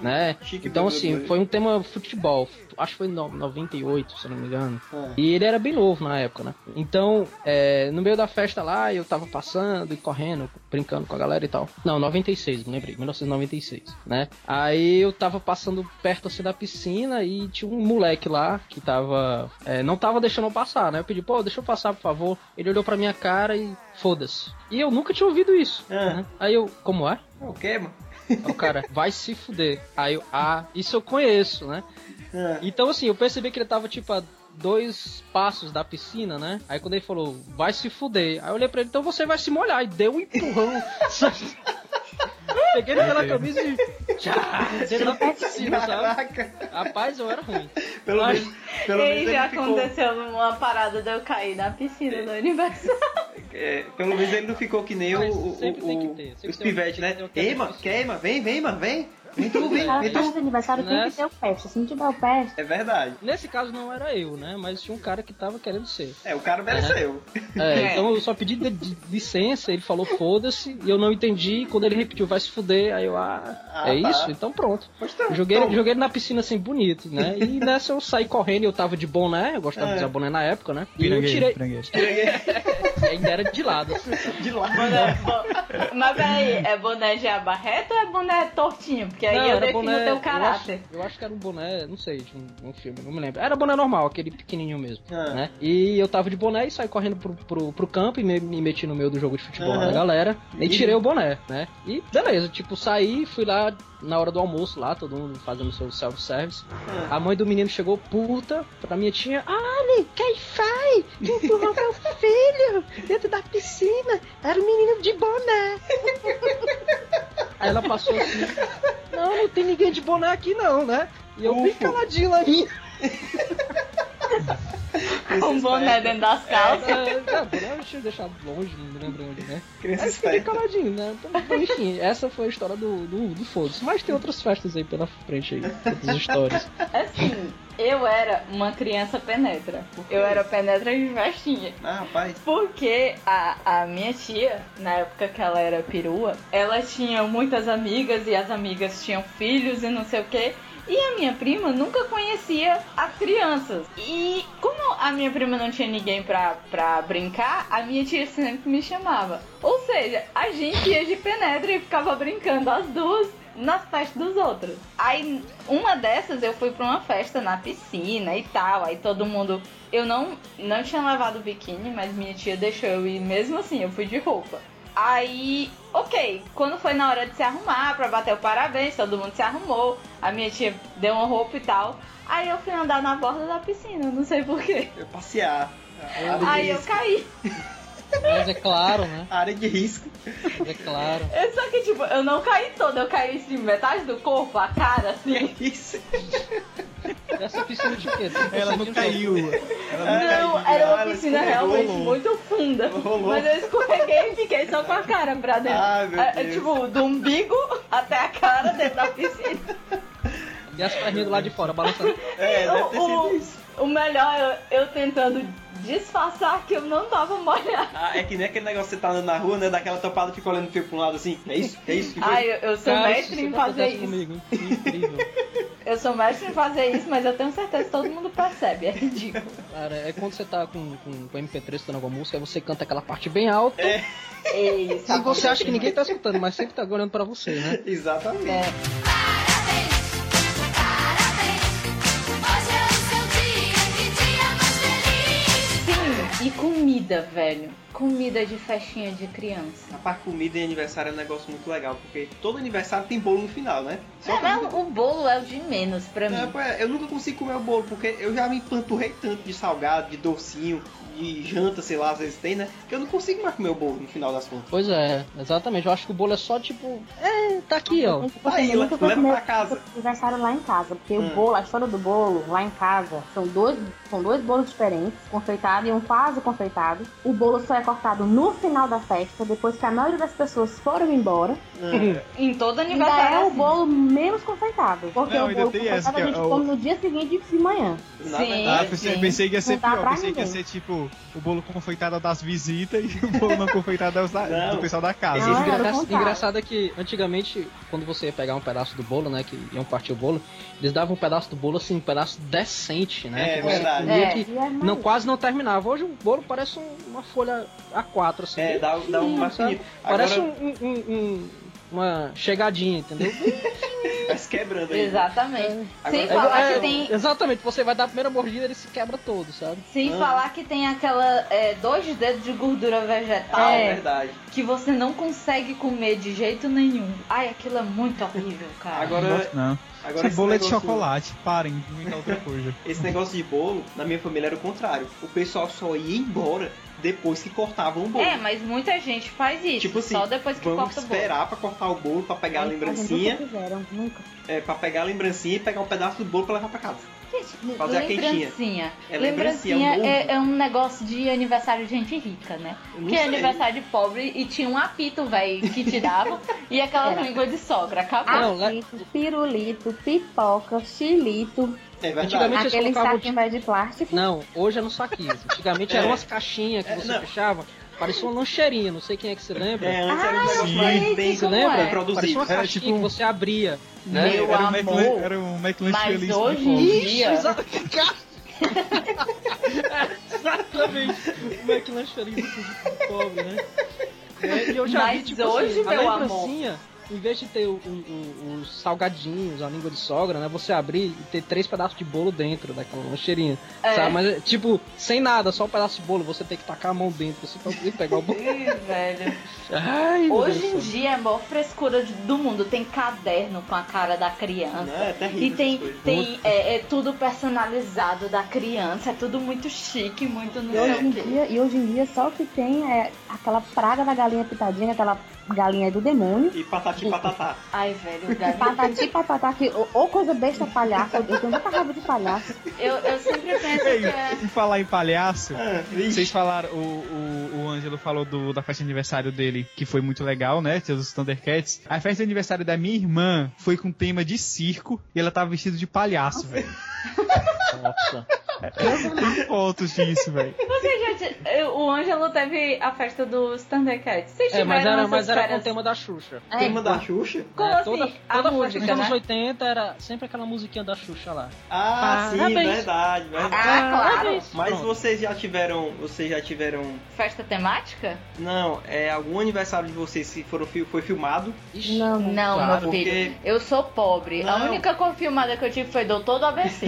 Speaker 5: né?
Speaker 2: Chique
Speaker 5: Então,
Speaker 2: blá, blá,
Speaker 5: assim,
Speaker 2: blá.
Speaker 5: foi um tema futebol. Acho que foi em no- 98, se eu não me engano.
Speaker 2: Ah.
Speaker 5: E ele era bem novo na época, né? Então, é, no meio da festa lá, eu tava passando e correndo, brincando com a galera e tal. Não, 96, me lembrei, 1996, né? Aí eu tava passando perto assim da piscina e tinha um moleque lá que tava. é, não tava deixando eu passar, né? Eu pedi, pô, deixa eu passar, por favor. Ele olhou pra minha cara e foda-se. E eu nunca tinha ouvido isso.
Speaker 2: Ah.
Speaker 5: né? Aí eu, como é?
Speaker 2: O que, mano?
Speaker 5: Aí O Então, cara, vai se fuder. Aí eu, ah, isso eu conheço, né?
Speaker 2: Ah.
Speaker 5: Então, assim, eu percebi que ele tava, tipo, a dois passos da piscina, né? Aí quando ele falou, vai se fuder. Aí eu olhei pra ele, então você vai se molhar. E deu um empurrão. sabe? Peguei ele pela camisa e... Tchá! Ele lá pra piscina, sabe?
Speaker 2: Caraca!
Speaker 5: Rapaz, eu era ruim.
Speaker 2: Pelo
Speaker 5: Ai.
Speaker 2: menos, pelo menos
Speaker 1: Ei, já
Speaker 2: ele ficou.
Speaker 1: aconteceu uma parada de eu cair na piscina do universo.
Speaker 2: é, pelo menos ele não ficou que nem o,
Speaker 5: Mas
Speaker 2: o,
Speaker 5: sempre tem que
Speaker 2: o,
Speaker 5: ter, sempre
Speaker 2: os
Speaker 5: tem um-
Speaker 2: pivetes, né?
Speaker 5: tem um que
Speaker 2: Ei,
Speaker 5: é
Speaker 2: mano,
Speaker 5: difícil.
Speaker 2: queima, vem, vem, mano, vem! Nem tu, vem,
Speaker 4: Cara,
Speaker 2: nem
Speaker 4: faz
Speaker 2: tu.
Speaker 4: de aniversário tem que
Speaker 5: Nessa-
Speaker 4: ter o peste. Se não tiver o peste,
Speaker 2: É verdade.
Speaker 5: Nesse caso não era eu, né? Mas tinha um cara que tava querendo ser.
Speaker 2: É, o cara mereceu.
Speaker 5: É,
Speaker 1: É.
Speaker 5: Então eu só pedi de- de- licença, ele falou foda-se, e eu não entendi. Quando ele repetiu, vai se fuder, aí eu, ah,
Speaker 2: Ah,
Speaker 5: é
Speaker 2: tá.
Speaker 5: isso? Então pronto.
Speaker 2: Pois tá,
Speaker 5: Joguei,
Speaker 2: toma.
Speaker 5: joguei ele na piscina assim, bonito, né? E nessa eu saí correndo, eu tava de boné, eu gostava
Speaker 1: É.
Speaker 5: de usar boné na época, né? E eu
Speaker 3: Pirangueiro,
Speaker 5: tirei,
Speaker 3: pirangueiro.
Speaker 5: ainda era de lado. assim.
Speaker 2: De lá.
Speaker 1: Boné, bo- É Mas peraí, é boné já barreto ou é boné tortinho? Porque aí
Speaker 5: Não,
Speaker 1: eu
Speaker 5: era
Speaker 1: defino o
Speaker 5: eu
Speaker 1: teu
Speaker 5: acho-
Speaker 1: caráter.
Speaker 5: Eu acho, que era um boné, não sei, de um, um filme, não me lembro. Era boné normal, aquele pequenininho mesmo,
Speaker 2: Ah.
Speaker 5: né? E eu tava de boné e saí correndo pro, pro, pro campo e me, me meti no meio do jogo de futebol lá da
Speaker 2: Aham.
Speaker 5: galera. E
Speaker 2: E-
Speaker 5: tirei o boné, né? E beleza, tipo, saí, fui lá na hora do almoço lá, todo mundo fazendo seu self-service.
Speaker 2: Ah.
Speaker 5: A mãe do menino chegou puta pra minha tia. Olha, quem faz? Quem empurrou meu filho dentro da piscina? Era o menino de boné. Aí ela passou assim. Não, não tem ninguém de boné aqui não, né? E eu bem
Speaker 2: Ufa.
Speaker 5: caladinho lá. "Ih,
Speaker 1: Um boné dentro
Speaker 2: É.
Speaker 1: das calças.
Speaker 5: Ah, boné eu tinha deixado longe, não me lembro onde, né?
Speaker 2: Criança
Speaker 5: Mas fiquei
Speaker 2: esperta.
Speaker 5: caladinho, né? Então, enfim, essa foi a história do, do, do foda-se. Mas tem outras festas aí pela frente aí, outras histórias.
Speaker 1: Assim, eu era uma criança penetra. Eu era penetra de vestinha.
Speaker 2: Ah, rapaz.
Speaker 1: Porque a, a minha tia, na época que ela era perua, ela tinha muitas amigas e as amigas tinham filhos e não sei o que. E a minha prima nunca conhecia as crianças. E como a minha prima não tinha ninguém pra, pra brincar, a minha tia sempre me chamava. Ou seja, a gente ia de penetra e ficava brincando as duas nas festas dos outros. Aí, uma dessas, eu fui pra uma festa na piscina e tal. Aí todo mundo eu não, não tinha levado biquíni, mas minha tia deixou eu ir mesmo assim, eu fui de roupa. Aí, ok, quando foi na hora de se arrumar, pra bater o parabéns, todo mundo se arrumou, a minha tia deu uma roupa e tal. Aí eu fui andar na borda da piscina, não sei porquê.
Speaker 2: Eu passear. A área,
Speaker 1: Aí
Speaker 2: de
Speaker 1: eu
Speaker 2: risco.
Speaker 1: caí.
Speaker 5: Mas é claro, né?
Speaker 2: A área de risco.
Speaker 5: Mas é claro.
Speaker 1: É Só que, tipo, eu não caí toda, eu caí assim, metade do corpo, a cara, assim.
Speaker 2: Isso.
Speaker 5: Essa piscina tinha o quê?
Speaker 3: Ela não caiu. Ela não...
Speaker 1: Não,
Speaker 2: caí,
Speaker 1: era uma
Speaker 2: ela
Speaker 1: piscina
Speaker 2: escorregou.
Speaker 1: realmente muito funda.
Speaker 2: Rolou.
Speaker 1: Mas eu escorreguei e fiquei só com a cara pra dentro.
Speaker 2: Ah, meu
Speaker 1: Ah,
Speaker 2: Deus.
Speaker 1: Tipo, do umbigo até a cara dentro da piscina.
Speaker 5: E as perninhas do lado de fora, balançando.
Speaker 2: É, deve ter
Speaker 1: O-
Speaker 2: sido isso.
Speaker 1: O melhor é eu, eu tentando disfarçar que eu não tava molhada.
Speaker 2: Ah, é que nem aquele negócio que você tá andando na rua, né? Daquela topada e fica olhando feio pra um lado assim. É isso? É isso? Que foi?
Speaker 1: Ai, eu, eu sou
Speaker 5: Cara,
Speaker 1: mestre
Speaker 5: isso
Speaker 1: em
Speaker 5: sempre
Speaker 1: fazer
Speaker 5: acontece
Speaker 1: isso.
Speaker 5: comigo. Incrível.
Speaker 1: Eu sou mestre em fazer isso, mas eu tenho certeza que todo mundo percebe. É ridículo.
Speaker 5: Cara, é quando você tá com, com, com MP3 escutando alguma música, aí você canta aquela parte bem alta.
Speaker 1: Ei, tá é
Speaker 5: e você acha que ninguém tá escutando, mas sempre tá olhando pra você, né?
Speaker 2: Exatamente.
Speaker 1: É. Sim, e comida, velho. Comida de festinha de criança.
Speaker 2: Rapaz, comida e aniversário é um negócio muito legal, porque todo aniversário tem bolo no final, né? Só que
Speaker 1: É, o bolo é o de menos pra
Speaker 2: É,
Speaker 1: mim.
Speaker 2: pô, eu nunca consigo comer o bolo, porque eu já me empanturrei tanto de salgado, de docinho, de janta, sei lá, às vezes tem, né? Que eu não consigo mais comer o bolo no final das contas.
Speaker 5: Pois é, exatamente. Eu acho que o bolo é só tipo. É, tá aqui, ó.
Speaker 4: gente, você
Speaker 2: Aí,
Speaker 4: nunca
Speaker 2: leva
Speaker 4: vai comer
Speaker 2: pra casa.
Speaker 4: o aniversário lá em casa. Porque
Speaker 2: Hum.
Speaker 4: o bolo, a história do bolo lá em casa, são dois, são dois bolos diferentes, confeitado e um quase confeitado. O bolo só é cortado no final da festa, depois que a maioria das pessoas foram embora.
Speaker 1: Em todo
Speaker 4: E ainda
Speaker 1: aniversário.
Speaker 4: é
Speaker 1: é
Speaker 4: o
Speaker 1: assim.
Speaker 4: bolo menos confeitado. Porque
Speaker 3: Não,
Speaker 4: o
Speaker 3: ainda
Speaker 4: bolo
Speaker 3: tem essa,
Speaker 4: confeitado
Speaker 3: que
Speaker 4: a
Speaker 3: é
Speaker 4: gente
Speaker 3: o-
Speaker 4: come no dia seguinte de manhã.
Speaker 2: Na
Speaker 1: Sim.
Speaker 2: verdade,
Speaker 3: Ah, pensei,
Speaker 1: Sim.
Speaker 3: pensei que ia ser
Speaker 4: Não dá
Speaker 3: pior.
Speaker 4: pra
Speaker 3: Pensei que ia
Speaker 4: ninguém.
Speaker 3: ser tipo o bolo confeitado das visitas e o bolo não confeitado é os da-
Speaker 2: Não.
Speaker 3: do pessoal da casa.
Speaker 4: Não,
Speaker 5: Engra-
Speaker 4: é, era o
Speaker 5: engraçado,
Speaker 4: contrário.
Speaker 5: é que antigamente, quando você ia pegar um pedaço do bolo, né? Que iam partir o bolo, eles davam um pedaço do bolo, assim, um pedaço decente, né?
Speaker 2: É,
Speaker 5: que você
Speaker 2: verdade.
Speaker 5: comia
Speaker 1: É.
Speaker 5: que
Speaker 4: E é
Speaker 5: não, quase não terminava. Hoje o bolo parece um- uma folha A4, assim.
Speaker 2: É, dá, dá um
Speaker 5: Sim,
Speaker 2: mais
Speaker 5: sabe?
Speaker 2: bonito.
Speaker 5: Parece
Speaker 2: Agora,
Speaker 5: um- um- um- um- uma chegadinha, entendeu?
Speaker 2: vai tá se quebrando aí.
Speaker 1: Exatamente. Sem
Speaker 2: Agora-
Speaker 1: falar
Speaker 5: É,
Speaker 1: que tem
Speaker 5: Exatamente, você vai dar a primeira mordida ele se quebra todo, sabe?
Speaker 1: Sem
Speaker 2: Ah.
Speaker 1: falar que tem aquela é, dois dedos de gordura vegetal
Speaker 2: Ah, é verdade.
Speaker 1: que você não consegue comer de jeito nenhum. Ai, aquilo é muito horrível, cara.
Speaker 2: Agora,
Speaker 3: Não gosto, não.
Speaker 2: agora
Speaker 3: esse bolo é de
Speaker 2: negócio-
Speaker 3: chocolate. Parem de inventar outra coisa.
Speaker 2: Esse negócio de bolo, na minha família era o contrário. O pessoal só ia embora depois que cortavam o bolo.
Speaker 1: É, mas muita gente faz isso.
Speaker 2: Tipo assim,
Speaker 1: só depois que
Speaker 2: Vamos
Speaker 1: corta o bolo.
Speaker 2: esperar pra cortar o bolo, pra pegar a
Speaker 4: Nunca
Speaker 2: lembrancinha,
Speaker 4: fizeram, nunca.
Speaker 2: é, pra pegar a lembrancinha e pegar um pedaço do bolo pra levar pra casa.
Speaker 1: Gente,
Speaker 2: Fazer a quentinha.
Speaker 1: lembrancinha.
Speaker 2: É lembrancinha,
Speaker 1: lembrancinha
Speaker 2: é um
Speaker 1: é, é um negócio de aniversário de gente rica, né?
Speaker 2: Eu não
Speaker 1: que é
Speaker 2: sei.
Speaker 1: aniversário de pobre e tinha um apito, velho, que te dava e aquela
Speaker 4: Era.
Speaker 1: língua de sogra. Acabou.
Speaker 5: Não, lá-
Speaker 4: Apito, pirulito, pipoca, chilito,
Speaker 2: É verdade.
Speaker 5: Antigamente- Realmente eles
Speaker 4: aquele
Speaker 5: colocavam,
Speaker 4: saquinho velho de plástico.
Speaker 5: é, Não, hoje eu não saquinho. Antigamente eram
Speaker 2: É.
Speaker 5: umas caixinhas que
Speaker 2: É,
Speaker 5: você
Speaker 2: não.
Speaker 5: fechava. Parecia uma lancheirinha, não sei quem é que se lembra.
Speaker 2: É, antes era um negócio
Speaker 3: sim.
Speaker 2: mais bem,
Speaker 5: Você
Speaker 1: como
Speaker 5: lembra?
Speaker 1: é.
Speaker 5: Parecia
Speaker 2: produzido.
Speaker 5: uma
Speaker 3: Era
Speaker 5: caixinha
Speaker 3: tipo um-
Speaker 5: que você abria. Né?
Speaker 1: Meu
Speaker 3: era, um
Speaker 1: amor.
Speaker 3: McLan- era um McLanche
Speaker 1: Mas
Speaker 3: feliz. com
Speaker 1: hoje
Speaker 3: fome.
Speaker 1: em dia.
Speaker 5: Exatamente. é O McLanche feliz do pobre, né? É, e eu já
Speaker 1: Mas
Speaker 5: vi, tipo, assim,
Speaker 1: hoje,
Speaker 5: a
Speaker 1: meu
Speaker 5: lembrancinha, Em vez de ter o- o- o- os salgadinhos, a língua de sogra, né? Você abrir e ter três pedaços de bolo dentro daquela lancheirinha.
Speaker 1: É.
Speaker 5: Sabe? Mas, é, tipo, sem nada, só um pedaço de bolo, você tem que tacar a mão dentro assim, pra poder pegar o bolo.
Speaker 1: Ih, velho.
Speaker 5: Ai, meu
Speaker 1: Hoje
Speaker 5: Deus
Speaker 1: em
Speaker 5: do céu.
Speaker 1: dia é a maior frescura de- do mundo. Tem caderno com a cara da criança.
Speaker 2: Né? É terrível.
Speaker 1: Ah! E tem,
Speaker 2: essas coisas.
Speaker 1: tem é, é tudo personalizado da criança, é tudo muito chique, muito não
Speaker 4: E hoje,
Speaker 1: sei
Speaker 4: em
Speaker 1: o quê.
Speaker 4: dia, e hoje em dia só o que tem é aquela praga da galinha pitadinha, aquela galinha do demônio.
Speaker 2: E patati e patatá.
Speaker 1: Ai, velho, Gabi,
Speaker 4: Patati patatá, que ou, ou coisa besta palhaça, eu tenho muita raiva de palhaço.
Speaker 1: eu, eu sempre penso
Speaker 3: Ei,
Speaker 1: que é.
Speaker 3: em falar em palhaço,
Speaker 2: Ah,
Speaker 3: vocês falaram, o, o, o Ângelo falou do, da festa de aniversário dele, que foi muito legal, né? Tinha os Thundercats. A festa de aniversário da minha irmã foi com tema de circo e ela tava vestida de palhaço, velho.
Speaker 5: Nossa.
Speaker 3: Eu tenho fotos disso, velho.
Speaker 1: Você já te- eu- O Ângelo teve a festa dos Thundercats. Vocês
Speaker 5: É,
Speaker 1: tiveram
Speaker 5: mas era,
Speaker 1: essas
Speaker 5: mas era com o
Speaker 1: férias?
Speaker 5: tema da Xuxa.
Speaker 1: É.
Speaker 2: Quem manda a Xuxa?
Speaker 1: Como
Speaker 5: É,
Speaker 1: assim?
Speaker 5: toda
Speaker 1: a
Speaker 5: toda festa dos
Speaker 1: música,
Speaker 5: anos
Speaker 1: né?
Speaker 5: 80 era sempre aquela musiquinha da Xuxa lá.
Speaker 2: Ah, sim,
Speaker 5: Parabéns.
Speaker 2: verdade, verdade.
Speaker 1: Ah, claro.
Speaker 2: Mas
Speaker 5: Pronto.
Speaker 2: vocês já tiveram. Vocês já tiveram.
Speaker 1: Festa temática?
Speaker 2: Não, é algum aniversário de vocês que foram, fi- foi filmado.
Speaker 5: Ixi,
Speaker 4: Não, não.
Speaker 1: Não,
Speaker 5: Claro,
Speaker 1: meu filho.
Speaker 2: porque-
Speaker 1: Eu sou pobre. A
Speaker 2: Não.
Speaker 1: única cor filmada que eu tive foi Doutor do ABC.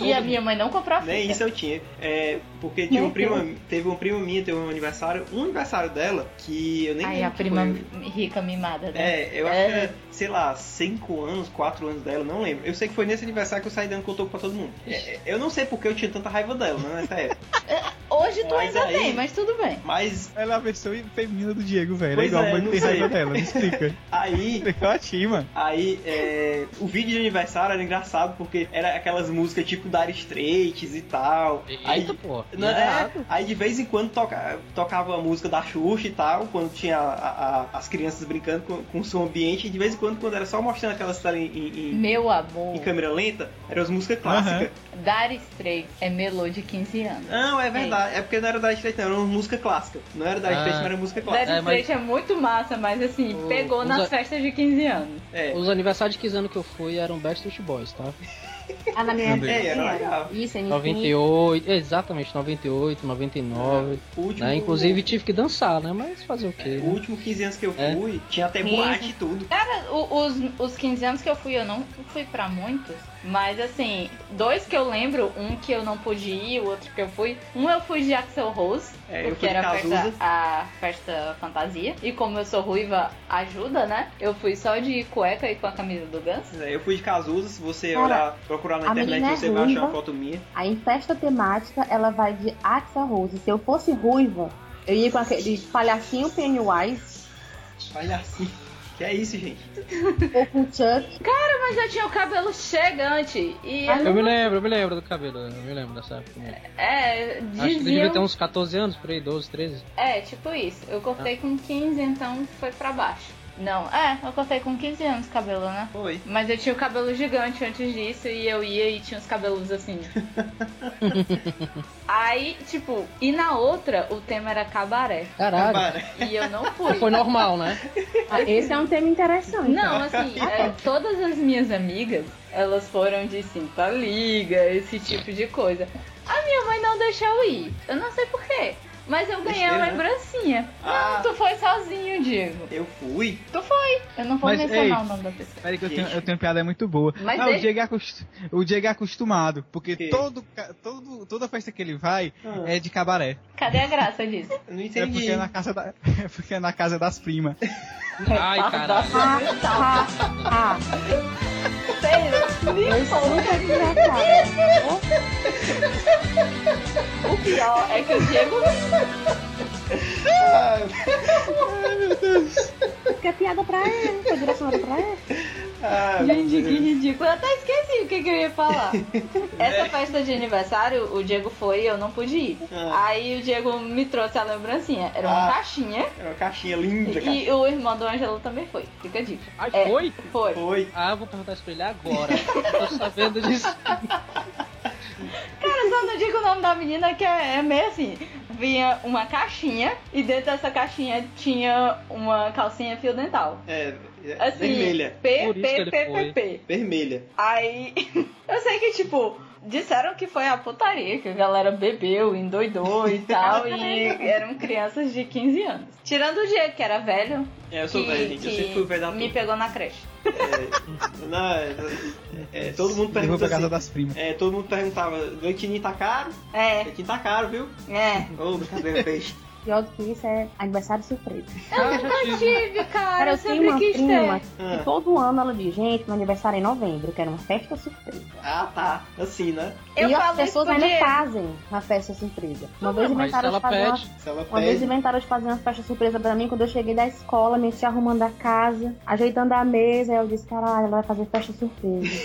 Speaker 1: e a minha mãe não comprou a fita.
Speaker 2: Nem isso eu tinha. É, porque tinha
Speaker 4: Meu
Speaker 2: um primo, teve uma prima minha, teve um aniversário. Um aniversário dela, que eu nem
Speaker 1: Ai,
Speaker 2: lembro
Speaker 1: a
Speaker 2: que
Speaker 1: prima
Speaker 2: foi.
Speaker 1: rica mimada, né?
Speaker 2: É, eu acho
Speaker 1: É.
Speaker 2: que era, sei lá, 5 anos, 4 anos dela, não lembro. Eu sei que foi nesse aniversário que eu saí dando cotoco pra todo mundo. É, eu não sei porque eu tinha tanta raiva dela, né, nessa época.
Speaker 1: Hoje tu
Speaker 2: Mas
Speaker 1: ainda
Speaker 2: aí-
Speaker 1: tem, mas tudo bem.
Speaker 2: Mas
Speaker 3: Ela é a versão feminina do Diego, velho. É
Speaker 2: Pois
Speaker 3: igual,
Speaker 2: é,
Speaker 3: mas
Speaker 2: não
Speaker 3: tem
Speaker 2: sei.
Speaker 3: raiva dela, me explica.
Speaker 2: aí,
Speaker 3: Eu achei, mano.
Speaker 2: aí, é, o vídeo de aniversário era engraçado porque era aquelas músicas tipo Dire Straits e tal. Aí,
Speaker 5: Eita, pô.
Speaker 2: Não, é, aí de vez em quando toca- tocava a música da Xuxa e tal, quando tinha a- a- as crianças brincando com, com o som ambiente, e de vez em quando, quando era só mostrando aquelas telas em, em- em-
Speaker 1: Meu amor,
Speaker 2: em câmera lenta, eram as músicas clássicas.
Speaker 1: Dar Straits é melô de 15 anos.
Speaker 2: Não, é verdade, é porque não era da Straits, não, era uma música clássica. Não era da
Speaker 5: Ah.
Speaker 2: Straits, mas era música
Speaker 1: Dar
Speaker 2: clássica.
Speaker 5: É, mas-
Speaker 1: Straits é muito massa, mas assim,
Speaker 5: O-
Speaker 1: pegou nas
Speaker 5: usa-
Speaker 1: festas de 15 anos.
Speaker 2: É,
Speaker 5: Os aniversários de 15 anos que eu fui eram Backstreet Boys, tá?
Speaker 4: Ah, na minha
Speaker 3: Meu
Speaker 2: Deus. É, era legal.
Speaker 4: Isso, é
Speaker 5: 98, exatamente, 98, 99.
Speaker 2: o último,
Speaker 5: Né? Inclusive tive que dançar, né? Mas fazer o quê?
Speaker 2: o
Speaker 5: né?
Speaker 2: último 15 anos que eu
Speaker 5: É.
Speaker 2: fui, tinha até
Speaker 4: Mesmo.
Speaker 2: boate e tudo.
Speaker 1: O- os, os 15 anos que eu fui, eu não fui pra muitos, mas assim, dois que eu lembro, um que eu não pude ir, o outro que eu fui. Um eu fui de Axel Rose,
Speaker 2: É, eu
Speaker 1: porque
Speaker 2: fui de
Speaker 1: era a festa,
Speaker 2: Cazuza.
Speaker 1: a festa fantasia. E como eu sou ruiva, ajuda, né? Eu fui só de cueca e com a camisa do Guns.
Speaker 2: É, Eu fui de Cazuza, se você
Speaker 4: Cara,
Speaker 2: olhar, procurar na
Speaker 4: a
Speaker 2: internet,
Speaker 4: menina é
Speaker 2: você vai achar uma
Speaker 4: ruiva.
Speaker 2: foto minha.
Speaker 4: Aí em festa temática, ela vai de Axel Rose. Se eu fosse ruiva, eu ia com aquele palhacinho Pennywise,
Speaker 2: Olha assim. Que é isso, gente.
Speaker 4: ou com Chuck.
Speaker 1: Mas eu tinha o cabelo chegante e
Speaker 4: Ai,
Speaker 5: Eu me lembro, eu me lembro do cabelo, eu me lembro dessa época.
Speaker 1: é,
Speaker 5: Acho que ele devia ter um-
Speaker 1: diziam...
Speaker 5: uns 14 anos, por aí, 12, 13.
Speaker 1: É, tipo isso. Eu cortei com 15, então foi pra baixo. Não, é, eu cortei com 15 anos o cabelo, né?
Speaker 2: Foi.
Speaker 1: Mas eu tinha o cabelo gigante antes disso e eu ia e tinha os cabelos assim. Aí, tipo, e na outra o tema era cabaré.
Speaker 5: Caralho.
Speaker 2: Para.
Speaker 1: E eu não fui.
Speaker 5: Mas Foi normal, né?
Speaker 4: Ah, esse é um tema interessante.
Speaker 1: Não, assim, é, todas as minhas amigas, elas foram de cinta liga, esse tipo de coisa. A minha mãe não deixou eu ir. Eu não sei porquê. Mas eu ganhei
Speaker 2: Besteira,
Speaker 1: a
Speaker 2: né?
Speaker 1: lembrancinha.
Speaker 2: Ah.
Speaker 1: Não, tu foi sozinho, Diego.
Speaker 2: Eu fui.
Speaker 1: Tu foi. Eu não vou
Speaker 3: Mas,
Speaker 1: mencionar
Speaker 3: ei.
Speaker 1: o nome da pessoa.
Speaker 3: Peraí que eu tenho,
Speaker 2: Gente.
Speaker 3: eu tenho uma piada muito boa.
Speaker 1: Mas
Speaker 3: ah,
Speaker 1: deixa-
Speaker 3: o, Diego é acost- o Diego é acostumado, porque
Speaker 2: Que?
Speaker 3: todo, ca- todo, toda festa que ele vai
Speaker 2: Ah.
Speaker 3: é de cabaré.
Speaker 1: Cadê a graça disso?
Speaker 2: Eu Não
Speaker 3: É porque,
Speaker 2: entendi.
Speaker 3: é na casa da, é porque é na casa das primas.
Speaker 5: Ai, caralho.
Speaker 4: Ah, ah, ah.
Speaker 1: Sei lá.
Speaker 4: Eu sou muito desgraçada.
Speaker 1: O pior é que o Diego.
Speaker 4: Fica é piada pra ele, fica direcionada pra ele.
Speaker 2: Ah,
Speaker 1: Gente, que ridículo. Eu até esqueci o que, que eu ia falar. Essa festa de aniversário, o Diego foi e eu não pude ir.
Speaker 2: Ah.
Speaker 1: Aí o Diego me trouxe a lembrancinha. Era uma
Speaker 2: Ah.
Speaker 1: caixinha.
Speaker 2: Era uma caixinha linda, cara.
Speaker 1: E o irmão do Ângelo também foi. Fica a dica.
Speaker 5: Ah,
Speaker 1: É.
Speaker 5: foi?
Speaker 1: Foi.
Speaker 2: Foi.
Speaker 5: Ah, vou perguntar isso pra ele agora. Eu tô sabendo disso.
Speaker 1: Cara, só não digo o nome da menina que é, é meio assim. Vinha uma caixinha e dentro dessa caixinha tinha uma calcinha fio dental.
Speaker 2: É, é
Speaker 1: Assim,
Speaker 2: vermelha.
Speaker 1: P,
Speaker 5: Por isso que
Speaker 1: P,
Speaker 5: ele
Speaker 1: P, P,
Speaker 5: foi.
Speaker 1: P.
Speaker 2: Vermelha.
Speaker 1: Aí, eu sei que, tipo, disseram que foi a putaria, que a galera bebeu, endoidou e tal, e eram crianças de 15 anos. Tirando o Diego, que era velho,
Speaker 2: É, eu sou
Speaker 1: que,
Speaker 2: velho, gente. Eu
Speaker 1: que
Speaker 2: sempre fui velho da turma.
Speaker 1: me pegou na creche.
Speaker 2: É, não, é, é, é, todo mundo
Speaker 3: Eu vou
Speaker 2: pergunta
Speaker 3: pra casa
Speaker 2: assim.
Speaker 3: das primas.
Speaker 2: É, todo mundo perguntava, leitinho tá caro?
Speaker 1: É,
Speaker 2: Leitinho tá caro, viu?
Speaker 1: é.
Speaker 2: Ô, brincadeira, peixe.
Speaker 4: Pior do que isso é aniversário surpresa.
Speaker 5: Ah, já tive.
Speaker 1: Tive, cara,
Speaker 4: Cara,
Speaker 1: Ah, eu
Speaker 4: eu tenho
Speaker 1: sempre
Speaker 4: uma
Speaker 1: quis
Speaker 4: prima
Speaker 1: ter.
Speaker 2: Ah,
Speaker 4: que todo ano ela diz, gente, meu aniversário é em novembro, eu quero uma festa surpresa.
Speaker 2: ah, tá. Assim, né?
Speaker 1: Eu
Speaker 4: e as
Speaker 1: falei isso
Speaker 4: pessoas
Speaker 1: pro
Speaker 4: ainda
Speaker 1: Diego.
Speaker 4: fazem uma festa surpresa. Uma vez
Speaker 5: Mas
Speaker 4: inventaram de
Speaker 5: ela
Speaker 4: fazer uma
Speaker 5: pede.
Speaker 2: Se ela
Speaker 4: Uma vez
Speaker 2: pede.
Speaker 4: inventaram de fazer uma festa surpresa pra mim quando eu cheguei da escola, minha tia arrumando a casa, ajeitando a mesa, aí eu disse, caralho, ela vai fazer festa surpresa.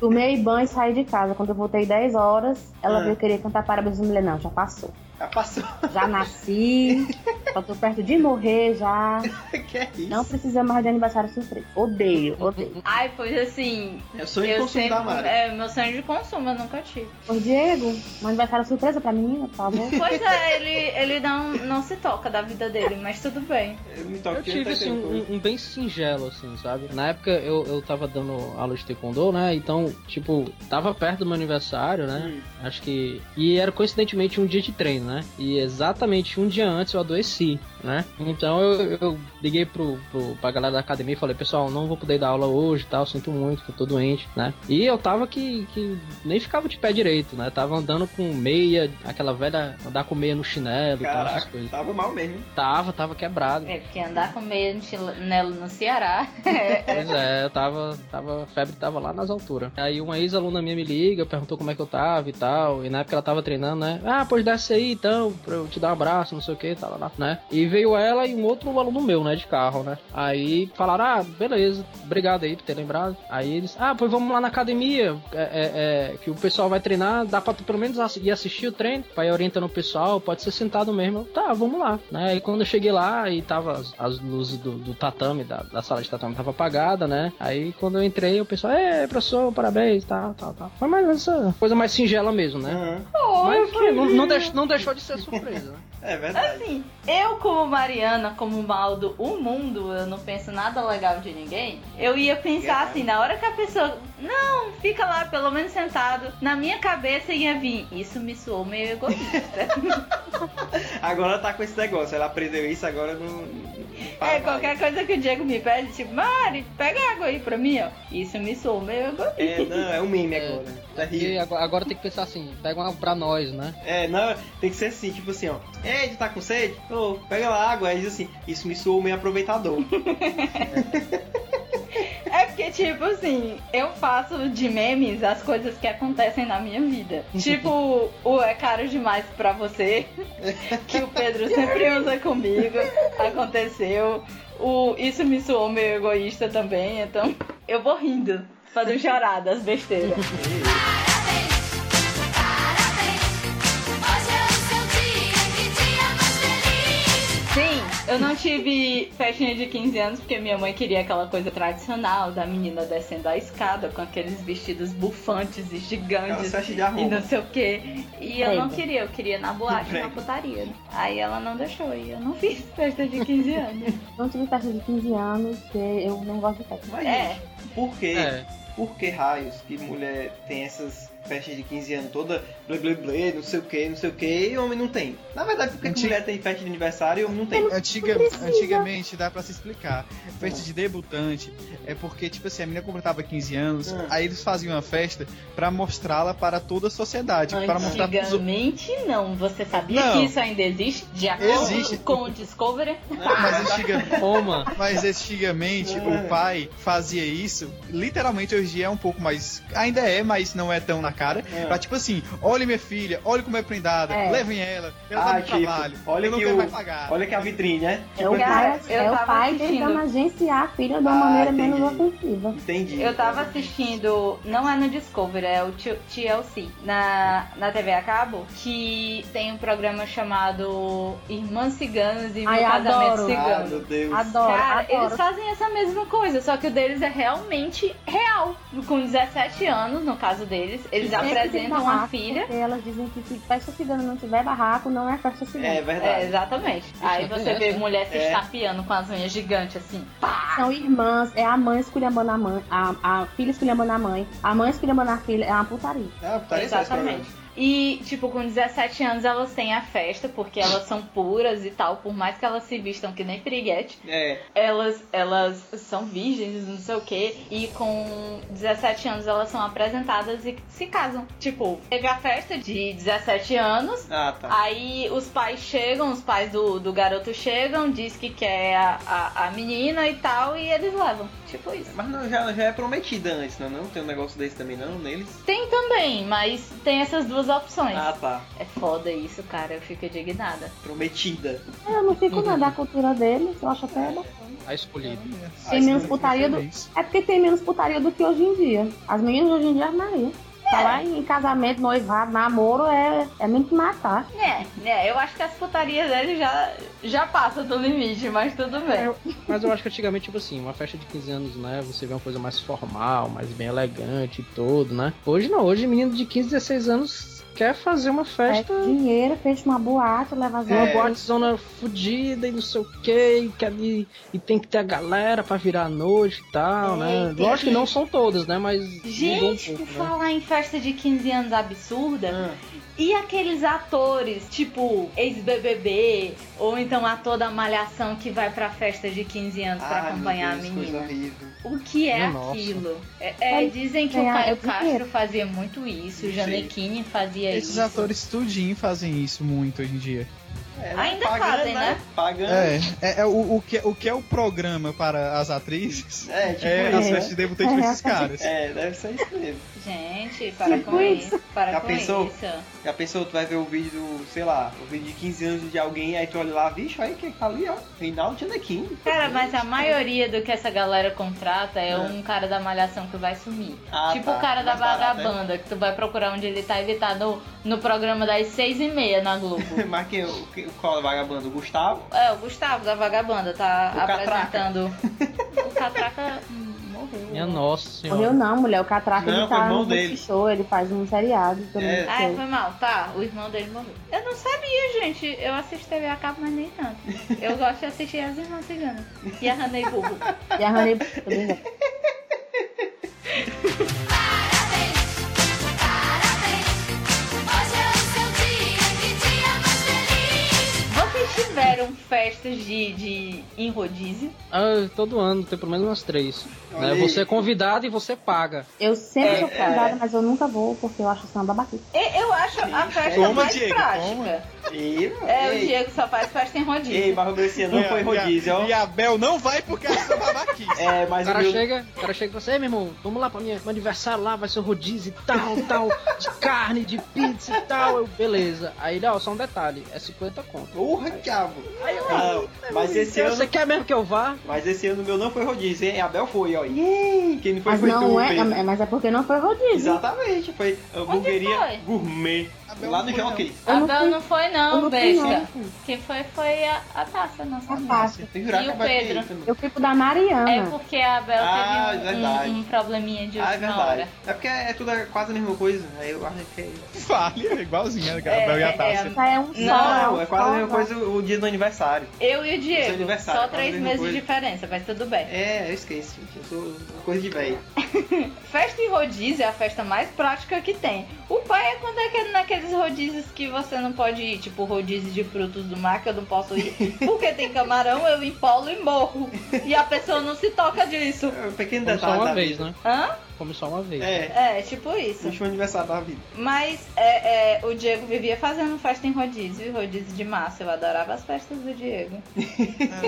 Speaker 4: Tomei banho e saí de casa. Quando eu voltei 10 horas, ela
Speaker 2: Ah.
Speaker 4: veio querer cantar parabéns à mulher. Não, já passou.
Speaker 2: Já passou.
Speaker 4: Já nasci, já tô perto de morrer já.
Speaker 2: que é isso?
Speaker 4: Não precisa mais de aniversário surpresa. Odeio, odeio.
Speaker 1: Ai, pois assim,
Speaker 2: É o sonho de
Speaker 1: eu
Speaker 2: consumo da
Speaker 1: sempre...
Speaker 2: Mara.
Speaker 1: É, meu sonho de consumo, eu nunca tive.
Speaker 4: Ô Diego, um aniversário surpresa pra menina, por favor.
Speaker 1: Pois é, ele, ele não, não se toca da vida dele, mas tudo bem.
Speaker 2: Eu me
Speaker 5: Eu
Speaker 2: toquei
Speaker 5: tive
Speaker 2: até
Speaker 5: assim,
Speaker 2: tempo.
Speaker 5: um, um bem singelo, assim, sabe? Na época eu, eu tava dando aula de taekwondo, né? Então, tipo, tava perto do meu aniversário, né?
Speaker 2: Hum.
Speaker 5: Acho que. E era coincidentemente um dia de treino, né? E exatamente um dia antes eu adoeci, né? Então eu, eu liguei pro, pro, pra galera da academia e falei, pessoal, não vou poder dar aula hoje e tal, sinto muito, que eu tô doente, né? E eu tava que, que nem ficava de pé direito, né? Tava andando com meia, aquela velha andar com meia no chinelo e tal, essas
Speaker 2: Caraca,
Speaker 5: coisas.
Speaker 2: tava mal mesmo. hein?
Speaker 5: Tava, tava quebrado.
Speaker 1: É, porque andar com meio chinelo no Ceará
Speaker 5: Pois é, eu tava, tava, a febre tava lá nas alturas. Aí uma ex-aluna minha me liga, perguntou como é que eu tava e tal. E na época ela tava treinando, né? Ah, pois desce aí então, pra eu te dar um abraço, não sei o que, tal, lá, lá, né? E veio ela e um outro aluno meu, né, de carro, né? Aí falaram, ah, beleza, obrigado aí por ter lembrado. Aí eles, ah, pois vamos lá na academia, é, é, é, que o pessoal vai treinar, dá pra tu pelo menos assi- ir assistir o treino, pra ir orientando o pessoal, pode ser sentado mesmo. Eu, tá, vamos lá, né? E quando eu cheguei lá e tava as, as luzes do, do tatame, da, da sala de tatame tava apagada, né? Aí quando eu entrei, o pessoal, é, professor, parabéns, tal, tal, tal. Foi mais essa coisa mais singela mesmo, né?
Speaker 2: Aham.
Speaker 5: Mas que não, não, deix- não deixou de ser surpresa, né?
Speaker 2: É verdade.
Speaker 1: Assim, eu como Mariana, como Maldo, o mundo, eu não penso nada legal de ninguém. Eu ia pensar assim, na hora que a pessoa, não, fica lá pelo menos sentado, na minha cabeça ia vir, isso me soou meio egoísta.
Speaker 2: Agora tá com esse negócio. Ela aprendeu isso, agora não. não para
Speaker 1: é,
Speaker 2: mais.
Speaker 1: qualquer coisa que o Diego me pede, tipo, Mari, pega água aí pra mim, ó. Isso me soou meio egoísta.
Speaker 2: É, não, é um meme agora.
Speaker 5: E
Speaker 2: Terrível.
Speaker 5: agora, agora tem que pensar assim, pega uma pra nós, né?
Speaker 2: É, não, tem que ser assim, tipo assim, ó. Ei, tu tá com sede? Ô, pega lá água. Aí diz assim, isso me soou meio aproveitador.
Speaker 1: É porque, tipo assim, eu faço de memes as coisas que acontecem na minha vida. Tipo, o É Caro Demais Pra Você, que o Pedro sempre usa comigo, aconteceu. O Isso Me Soou Meio Egoísta também, então eu vou rindo, fazendo chorar das besteiras. Sim, eu não tive festinha de 15 anos porque minha mãe queria aquela coisa tradicional da menina descendo a escada com aqueles vestidos bufantes e
Speaker 2: Ela
Speaker 1: gigantes
Speaker 2: se acha de
Speaker 1: e
Speaker 2: arromba.
Speaker 1: não sei o que. E eu não
Speaker 4: Prenda.
Speaker 1: queria, eu queria na boate, na
Speaker 2: Prenda.
Speaker 1: putaria. Aí ela não deixou e eu não fiz festa de 15 anos.
Speaker 4: Não tive festa de 15 anos, porque eu não gosto de festa.
Speaker 2: Mas,
Speaker 1: É,
Speaker 2: gente, por quê?
Speaker 5: É.
Speaker 2: Por que raios que mulher tem essas festa de 15 anos toda, blê blê blê, não sei o que, não sei o que, e homem não tem. Na verdade, por que que
Speaker 3: Antigo-
Speaker 2: mulher tem festa de aniversário e homem não tem?
Speaker 3: Antiga,
Speaker 2: né?
Speaker 3: antigamente dá pra se explicar. Festa de debutante é porque, tipo assim, a menina completava 15 anos,
Speaker 2: Ah.
Speaker 3: aí eles faziam uma festa pra mostrá-la para toda a sociedade. Tipo, Para mostrar pros outros.
Speaker 1: Antigamente não. Você sabia
Speaker 3: Não.
Speaker 1: que isso ainda existe? De acordo
Speaker 3: Existe.
Speaker 1: com o Discovery?
Speaker 3: Mas antiga,
Speaker 5: Toma!
Speaker 3: Mas antigamente
Speaker 2: É.
Speaker 3: o pai fazia isso, literalmente hoje em dia é um pouco mais. Ainda é, mas não é tão na cara.
Speaker 2: É.
Speaker 3: Pra tipo assim, olha minha filha, olha como é prendada,
Speaker 4: É.
Speaker 3: levem ela, ela
Speaker 2: Ah,
Speaker 3: tá no
Speaker 2: tipo,
Speaker 3: trabalho,
Speaker 2: olha
Speaker 3: ela
Speaker 2: que
Speaker 3: não
Speaker 2: o-
Speaker 3: vai pagar.
Speaker 2: Olha que a vitrine, né?
Speaker 4: É o pai,
Speaker 1: eu
Speaker 4: é
Speaker 1: tava
Speaker 4: o pai
Speaker 1: assistindo.
Speaker 4: tentando agenciar a filha de uma
Speaker 2: Ah,
Speaker 4: maneira
Speaker 2: entendi.
Speaker 4: menos ofensiva.
Speaker 2: Entendi. Ah,
Speaker 1: Eu tava assistindo, não é no Discovery, é o T- TLC, na, na TV a cabo, que tem um programa chamado Irmãs Ciganas e Meu
Speaker 4: Ai,
Speaker 1: Casamento
Speaker 4: adoro.
Speaker 2: Ah,
Speaker 1: Cigano.
Speaker 2: meu Deus.
Speaker 4: Adoro,
Speaker 1: Cara, eles
Speaker 4: adoro.
Speaker 1: fazem essa mesma coisa, só que o deles é realmente real. Com 17 anos, no caso deles, eles
Speaker 4: Sempre tem
Speaker 1: apresentam a
Speaker 4: barraco,
Speaker 1: filha.
Speaker 4: porque Elas dizem que se festa cigana não tiver barraco, não é festa
Speaker 2: É
Speaker 4: cigana.
Speaker 1: É,
Speaker 2: verdade.
Speaker 1: exatamente. Aí
Speaker 5: já
Speaker 1: você
Speaker 5: conheço,
Speaker 1: vê
Speaker 5: né?
Speaker 1: mulher se
Speaker 2: É.
Speaker 1: estapeando com as unhas gigantes, assim.
Speaker 4: São irmãs, é a mãe esculhambando a mãe, a, a filha esculhambando a mãe, a mãe esculhambando a filha, é uma putaria.
Speaker 2: Ah, tá aí só esse
Speaker 1: Exatamente.
Speaker 2: programa.
Speaker 1: E, tipo, com 17 anos elas têm a festa, porque elas são puras e tal, por mais que elas se vistam que nem piriguete,
Speaker 2: É,
Speaker 1: elas, elas são virgens, não sei o quê, e com 17 anos elas são apresentadas e se casam. Tipo, teve a festa de 17 anos,
Speaker 2: ah, tá.
Speaker 1: Aí os pais chegam, os pais do, do garoto chegam, diz que quer a, a, a menina e tal, e eles levam. Tipo isso.
Speaker 2: Mas não, já, já é prometida antes, não, é não? Tem um negócio desse também, não? Neles?
Speaker 1: Tem também, mas tem essas duas opções.
Speaker 2: Ah, tá.
Speaker 1: É foda isso, cara. Eu fico indignada.
Speaker 2: Prometida.
Speaker 4: Eu não fico nada da cultura deles, eu acho até.
Speaker 5: A escolhida.
Speaker 4: Tem menos putaria do-
Speaker 3: Isso.
Speaker 4: É porque tem menos putaria do que hoje em dia. As meninas hoje em dia armaria. Falar em casamento, noivado, namoro é, é menos que matar.
Speaker 1: É, é, eu acho que as putarias dele já, já passam do limite, mas tudo bem.
Speaker 5: Mas eu acho que antigamente, tipo assim, uma festa de 15 anos, né? Você vê uma coisa mais formal, mais bem elegante e tudo, né? Hoje não, hoje menino de 15, 16 anos quer fazer uma
Speaker 4: É
Speaker 5: festa.
Speaker 4: dinheiro, fecha uma boate, leva as
Speaker 5: Uma
Speaker 2: É.
Speaker 4: outras.
Speaker 5: boatezona fudida e não sei o que, e, que ali- e tem que ter a galera pra virar a noite e tal, né?
Speaker 1: Eita.
Speaker 5: Lógico que não são todas, né? Mas. mudou um
Speaker 1: Gente,
Speaker 5: pouco,
Speaker 1: por
Speaker 5: né?
Speaker 1: falar em festa de 15 anos absurda,
Speaker 2: Ah,
Speaker 1: e aqueles atores, tipo ex-BBB, ou então ator da Malhação que vai pra festa de 15 anos pra
Speaker 2: ai, Ah, meu
Speaker 1: acompanhar
Speaker 2: Deus,
Speaker 1: a menina?
Speaker 2: Coisa horrível.
Speaker 1: O que
Speaker 2: Né,
Speaker 1: é
Speaker 5: Nossa.
Speaker 1: aquilo? É- é,
Speaker 4: É,
Speaker 1: dizem que
Speaker 4: é,
Speaker 1: o Caio
Speaker 4: eu conheço.
Speaker 1: Castro fazia muito isso, o
Speaker 2: Sim.
Speaker 1: Janequine fazia
Speaker 3: Esses
Speaker 1: isso.
Speaker 3: atores tudinho fazem isso muito hoje em dia.
Speaker 2: É,
Speaker 1: Ainda
Speaker 2: pagando,
Speaker 1: fazem, né?
Speaker 2: Pagando.
Speaker 3: É, é, é o, o que, o que é o programa para as atrizes
Speaker 2: É, tipo
Speaker 3: é as
Speaker 2: isso.
Speaker 3: festas de debutante
Speaker 4: É,
Speaker 3: pra esses caras.
Speaker 2: É, deve ser isso mesmo.
Speaker 1: Gente, para
Speaker 4: Tipo
Speaker 1: com
Speaker 4: isso.
Speaker 1: isso. Para
Speaker 2: Já
Speaker 1: com
Speaker 2: pensou?
Speaker 1: isso.
Speaker 2: Já pensou, tu vai ver o vídeo do, sei lá, o vídeo de 15 anos de alguém, aí tu olha lá, vixe, aí quem tá ali, ó, Reinaldo Janequim.
Speaker 1: Cara, mas a maioria do que essa galera contrata é
Speaker 2: É.
Speaker 1: um cara da malhação que vai sumir.
Speaker 2: Ah,
Speaker 1: tipo
Speaker 2: tá.
Speaker 1: o cara da
Speaker 2: Mais barato,
Speaker 1: vagabanda, que tu vai procurar onde ele tá, ele tá no, no programa das seis e meia na Globo.
Speaker 2: Mas quem, o, que- qual é o vagabundo? O Gustavo?
Speaker 1: é, o Gustavo da vagabanda tá
Speaker 2: O Catraca.
Speaker 1: apresentando. o Catraca hum, morreu.
Speaker 5: Minha
Speaker 1: né?
Speaker 5: nossa senhora.
Speaker 4: Morreu não, mulher. O Catraca
Speaker 2: Não,
Speaker 4: ele
Speaker 2: foi
Speaker 4: tá
Speaker 2: irmão
Speaker 4: no
Speaker 2: dele.
Speaker 4: Multishow, show, ele faz um seriado. todo
Speaker 2: É.
Speaker 4: mundo
Speaker 1: Ah,
Speaker 4: sei.
Speaker 1: foi mal, tá. O irmão dele morreu. Eu não sabia, gente. Eu assisto TV a cabo, mas nem tanto. Eu gosto de assistir as irmãs ciganas. E a Hanei Burro.
Speaker 4: E a Honey Bunny também. né?
Speaker 1: Vocês tiveram festas de, de em rodízio?
Speaker 5: Ah, todo ano tem pelo menos umas três.
Speaker 2: Olha
Speaker 5: Né?
Speaker 2: aí.
Speaker 5: Você é convidado e você paga.
Speaker 4: Eu sempre
Speaker 1: É,
Speaker 4: sou convidada, mas eu nunca vou, porque eu acho samba babaca.
Speaker 1: E- Eu acho a festa
Speaker 3: Toma,
Speaker 1: mais
Speaker 3: Diego,
Speaker 1: prática.
Speaker 3: toma.
Speaker 2: E,
Speaker 1: É, o
Speaker 2: ei,
Speaker 1: Diego só faz festa em rodízio.
Speaker 2: ei, mas o meu esse ano não foi
Speaker 3: E a-
Speaker 2: rodízio, ó.
Speaker 3: E a Bel não vai porque ela é babaquice.
Speaker 2: É,
Speaker 5: O
Speaker 2: mas o
Speaker 5: cara
Speaker 2: meu...
Speaker 5: chega, o cara chega e fala assim, "Ei, meu irmão, vamos lá pra minha, meu aniversário lá, vai ser um rodízio e tal, tal, de carne, de pizza e tal. Eu, beleza. Aí, ó, só um detalhe, é 50 conto.
Speaker 2: Porra, diabo.
Speaker 5: Aí eu,
Speaker 2: Não, mas esse
Speaker 5: "Então,
Speaker 2: ano...
Speaker 5: Você quer mesmo que eu vá?
Speaker 2: Mas esse ano o meu não foi rodízio, hein? A Bel foi, ó. Yay! Quem não foi um
Speaker 4: Mas
Speaker 2: foi
Speaker 4: não
Speaker 2: tu,
Speaker 4: é,
Speaker 2: Pedro.
Speaker 4: é- mas é porque não foi rodízio.
Speaker 2: Exatamente, foi hamburgueria
Speaker 1: foi?
Speaker 2: gourmet.
Speaker 3: A
Speaker 2: Lá no Jockey.
Speaker 4: Eu
Speaker 1: A
Speaker 4: não
Speaker 1: Bel
Speaker 4: fui-
Speaker 1: Ah, não foi,
Speaker 4: eu
Speaker 1: não,
Speaker 4: não fui, não.
Speaker 1: besta. Quem foi foi a, a Tássia, nossa
Speaker 4: A né?
Speaker 1: amiga.
Speaker 4: Tássia.
Speaker 2: Tem que jurar
Speaker 1: E
Speaker 2: que
Speaker 1: o
Speaker 2: vai ter
Speaker 1: Pedro?
Speaker 2: isso né? também.
Speaker 4: É Eu fui pro da Mariana.
Speaker 1: É porque a Bel
Speaker 2: Ah,
Speaker 1: teve um-
Speaker 2: é
Speaker 1: um,
Speaker 2: verdade.
Speaker 1: um probleminha de
Speaker 2: Ah, é
Speaker 1: última hora.
Speaker 2: verdade. É porque é tudo quase a mesma coisa. Aí eu acho que é isso.
Speaker 3: Falha, igualzinho, né? a Gabriel e
Speaker 1: É,
Speaker 3: a
Speaker 1: é,
Speaker 3: Tássia.
Speaker 4: Já é um só.
Speaker 2: Não, é
Speaker 4: um
Speaker 2: quase
Speaker 4: só,
Speaker 2: a mesma coisa o dia do aniversário.
Speaker 1: Eu e o
Speaker 2: Seu
Speaker 1: Diego,
Speaker 2: aniversário,
Speaker 1: só
Speaker 2: fala a
Speaker 1: três
Speaker 2: mesma
Speaker 1: meses
Speaker 2: coisa.
Speaker 1: de diferença, mas tudo bem.
Speaker 2: É, eu esqueço, gente. Eu sou uma coisa de velho.
Speaker 1: Festa em rodízio é a festa mais prática que tem. O pai é quando é aquele- naqueles rodízios que você não pode ir, tipo rodízio de frutos do mar, que eu não posso ir, porque tem camarão, eu empolo e morro. E a pessoa não se toca disso.
Speaker 2: É um pequeno
Speaker 5: Como
Speaker 2: detalhe.
Speaker 5: só uma
Speaker 2: da
Speaker 5: vez,
Speaker 2: vida.
Speaker 5: né?
Speaker 1: Hã?
Speaker 5: Como só uma vez.
Speaker 2: É,
Speaker 1: É, tipo isso.
Speaker 2: último aniversário da vida.
Speaker 1: Mas é, é, o Diego vivia fazendo festa em rodízio, e rodízio de massa. Eu adorava as festas do Diego.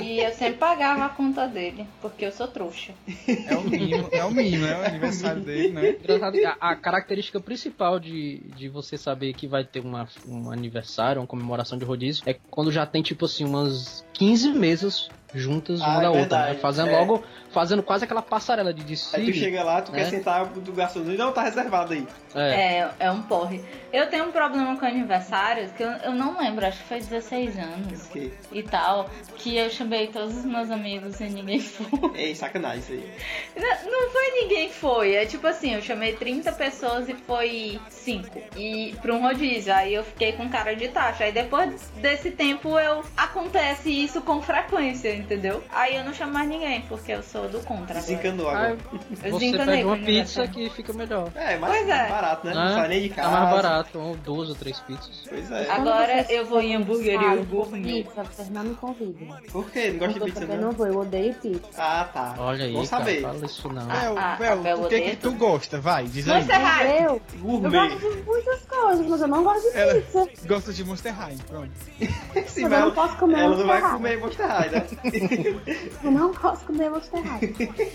Speaker 1: e eu sempre pagava a conta dele, porque eu sou trouxa.
Speaker 3: É o mínimo, é o mínimo, né? O aniversário dele, né?
Speaker 5: Engraçado que a, a característica principal de, de você saber que vai ter uma, um aniversário, uma comemoração de rodízio, é quando já tem, tipo assim, umas 15 mesas juntas uma
Speaker 2: Ah, é
Speaker 5: da outra,
Speaker 2: verdade,
Speaker 5: né? Fazendo
Speaker 2: é.
Speaker 5: logo, fazendo quase aquela passarela de
Speaker 2: Aí tu
Speaker 5: desfile.
Speaker 2: chega lá, tu quer
Speaker 5: né?
Speaker 2: sentar do garçom. Não, tá reservado aí.
Speaker 5: É,
Speaker 1: É, é um porre. Eu tenho um problema com aniversários que eu, eu não lembro, acho que foi 16 anos
Speaker 2: Fiquei.
Speaker 1: e tal, que eu chamei todos os meus amigos e ninguém foi.
Speaker 2: Ei, sacanagem isso aí.
Speaker 1: Não, não foi ninguém foi, é tipo assim, eu chamei 30 pessoas e foi 5. E pra um rodízio, aí eu fiquei com cara de taxa. Aí depois desse tempo eu acontece isso com frequência, entendeu? Aí eu não chamo mais ninguém, porque eu sou do contra. agora.
Speaker 2: Desencanou agora.
Speaker 1: Eu
Speaker 5: você
Speaker 1: desencanei
Speaker 5: pede
Speaker 1: com
Speaker 5: uma pizza
Speaker 2: né?"
Speaker 1: aniversário.
Speaker 5: que fica melhor.
Speaker 2: É, mas
Speaker 1: Pois é.
Speaker 2: é barato, né? Não sai nem de
Speaker 5: Tá
Speaker 2: casa.
Speaker 5: mais barato, ou duas ou três pizzas.
Speaker 2: Pois é.
Speaker 4: Quando
Speaker 1: Agora
Speaker 4: você
Speaker 1: eu vou em hamburgueria
Speaker 4: sai por
Speaker 1: gourmet.
Speaker 4: Pizza, vocês não me convidam.
Speaker 2: Por quê? Não gosta de
Speaker 4: Porque
Speaker 2: pizza,
Speaker 4: Ah, eu não
Speaker 2: não?
Speaker 4: vou, eu odeio pizza.
Speaker 2: Ah, tá.
Speaker 5: Olha aí,
Speaker 2: Vou
Speaker 5: cara,
Speaker 2: saber.
Speaker 5: fala isso não.
Speaker 1: Ah,
Speaker 3: Bel,
Speaker 1: ah,
Speaker 3: Bel,
Speaker 1: Bel,
Speaker 3: o que é que
Speaker 1: odeio
Speaker 3: tu gosta? Vai, diz aí.
Speaker 1: Monster High!
Speaker 4: Eu, eu
Speaker 2: Gourmet.
Speaker 4: gosto de muitas coisas, mas eu não gosto de
Speaker 3: Ela-
Speaker 4: pizza.
Speaker 3: Gosta de Monster High, pronto.
Speaker 2: Sim,
Speaker 4: Mas
Speaker 2: mas
Speaker 4: eu não posso comer
Speaker 2: Ela não vai
Speaker 4: Monster
Speaker 2: comer Monster High, né?
Speaker 4: Eu não posso comer Monster High.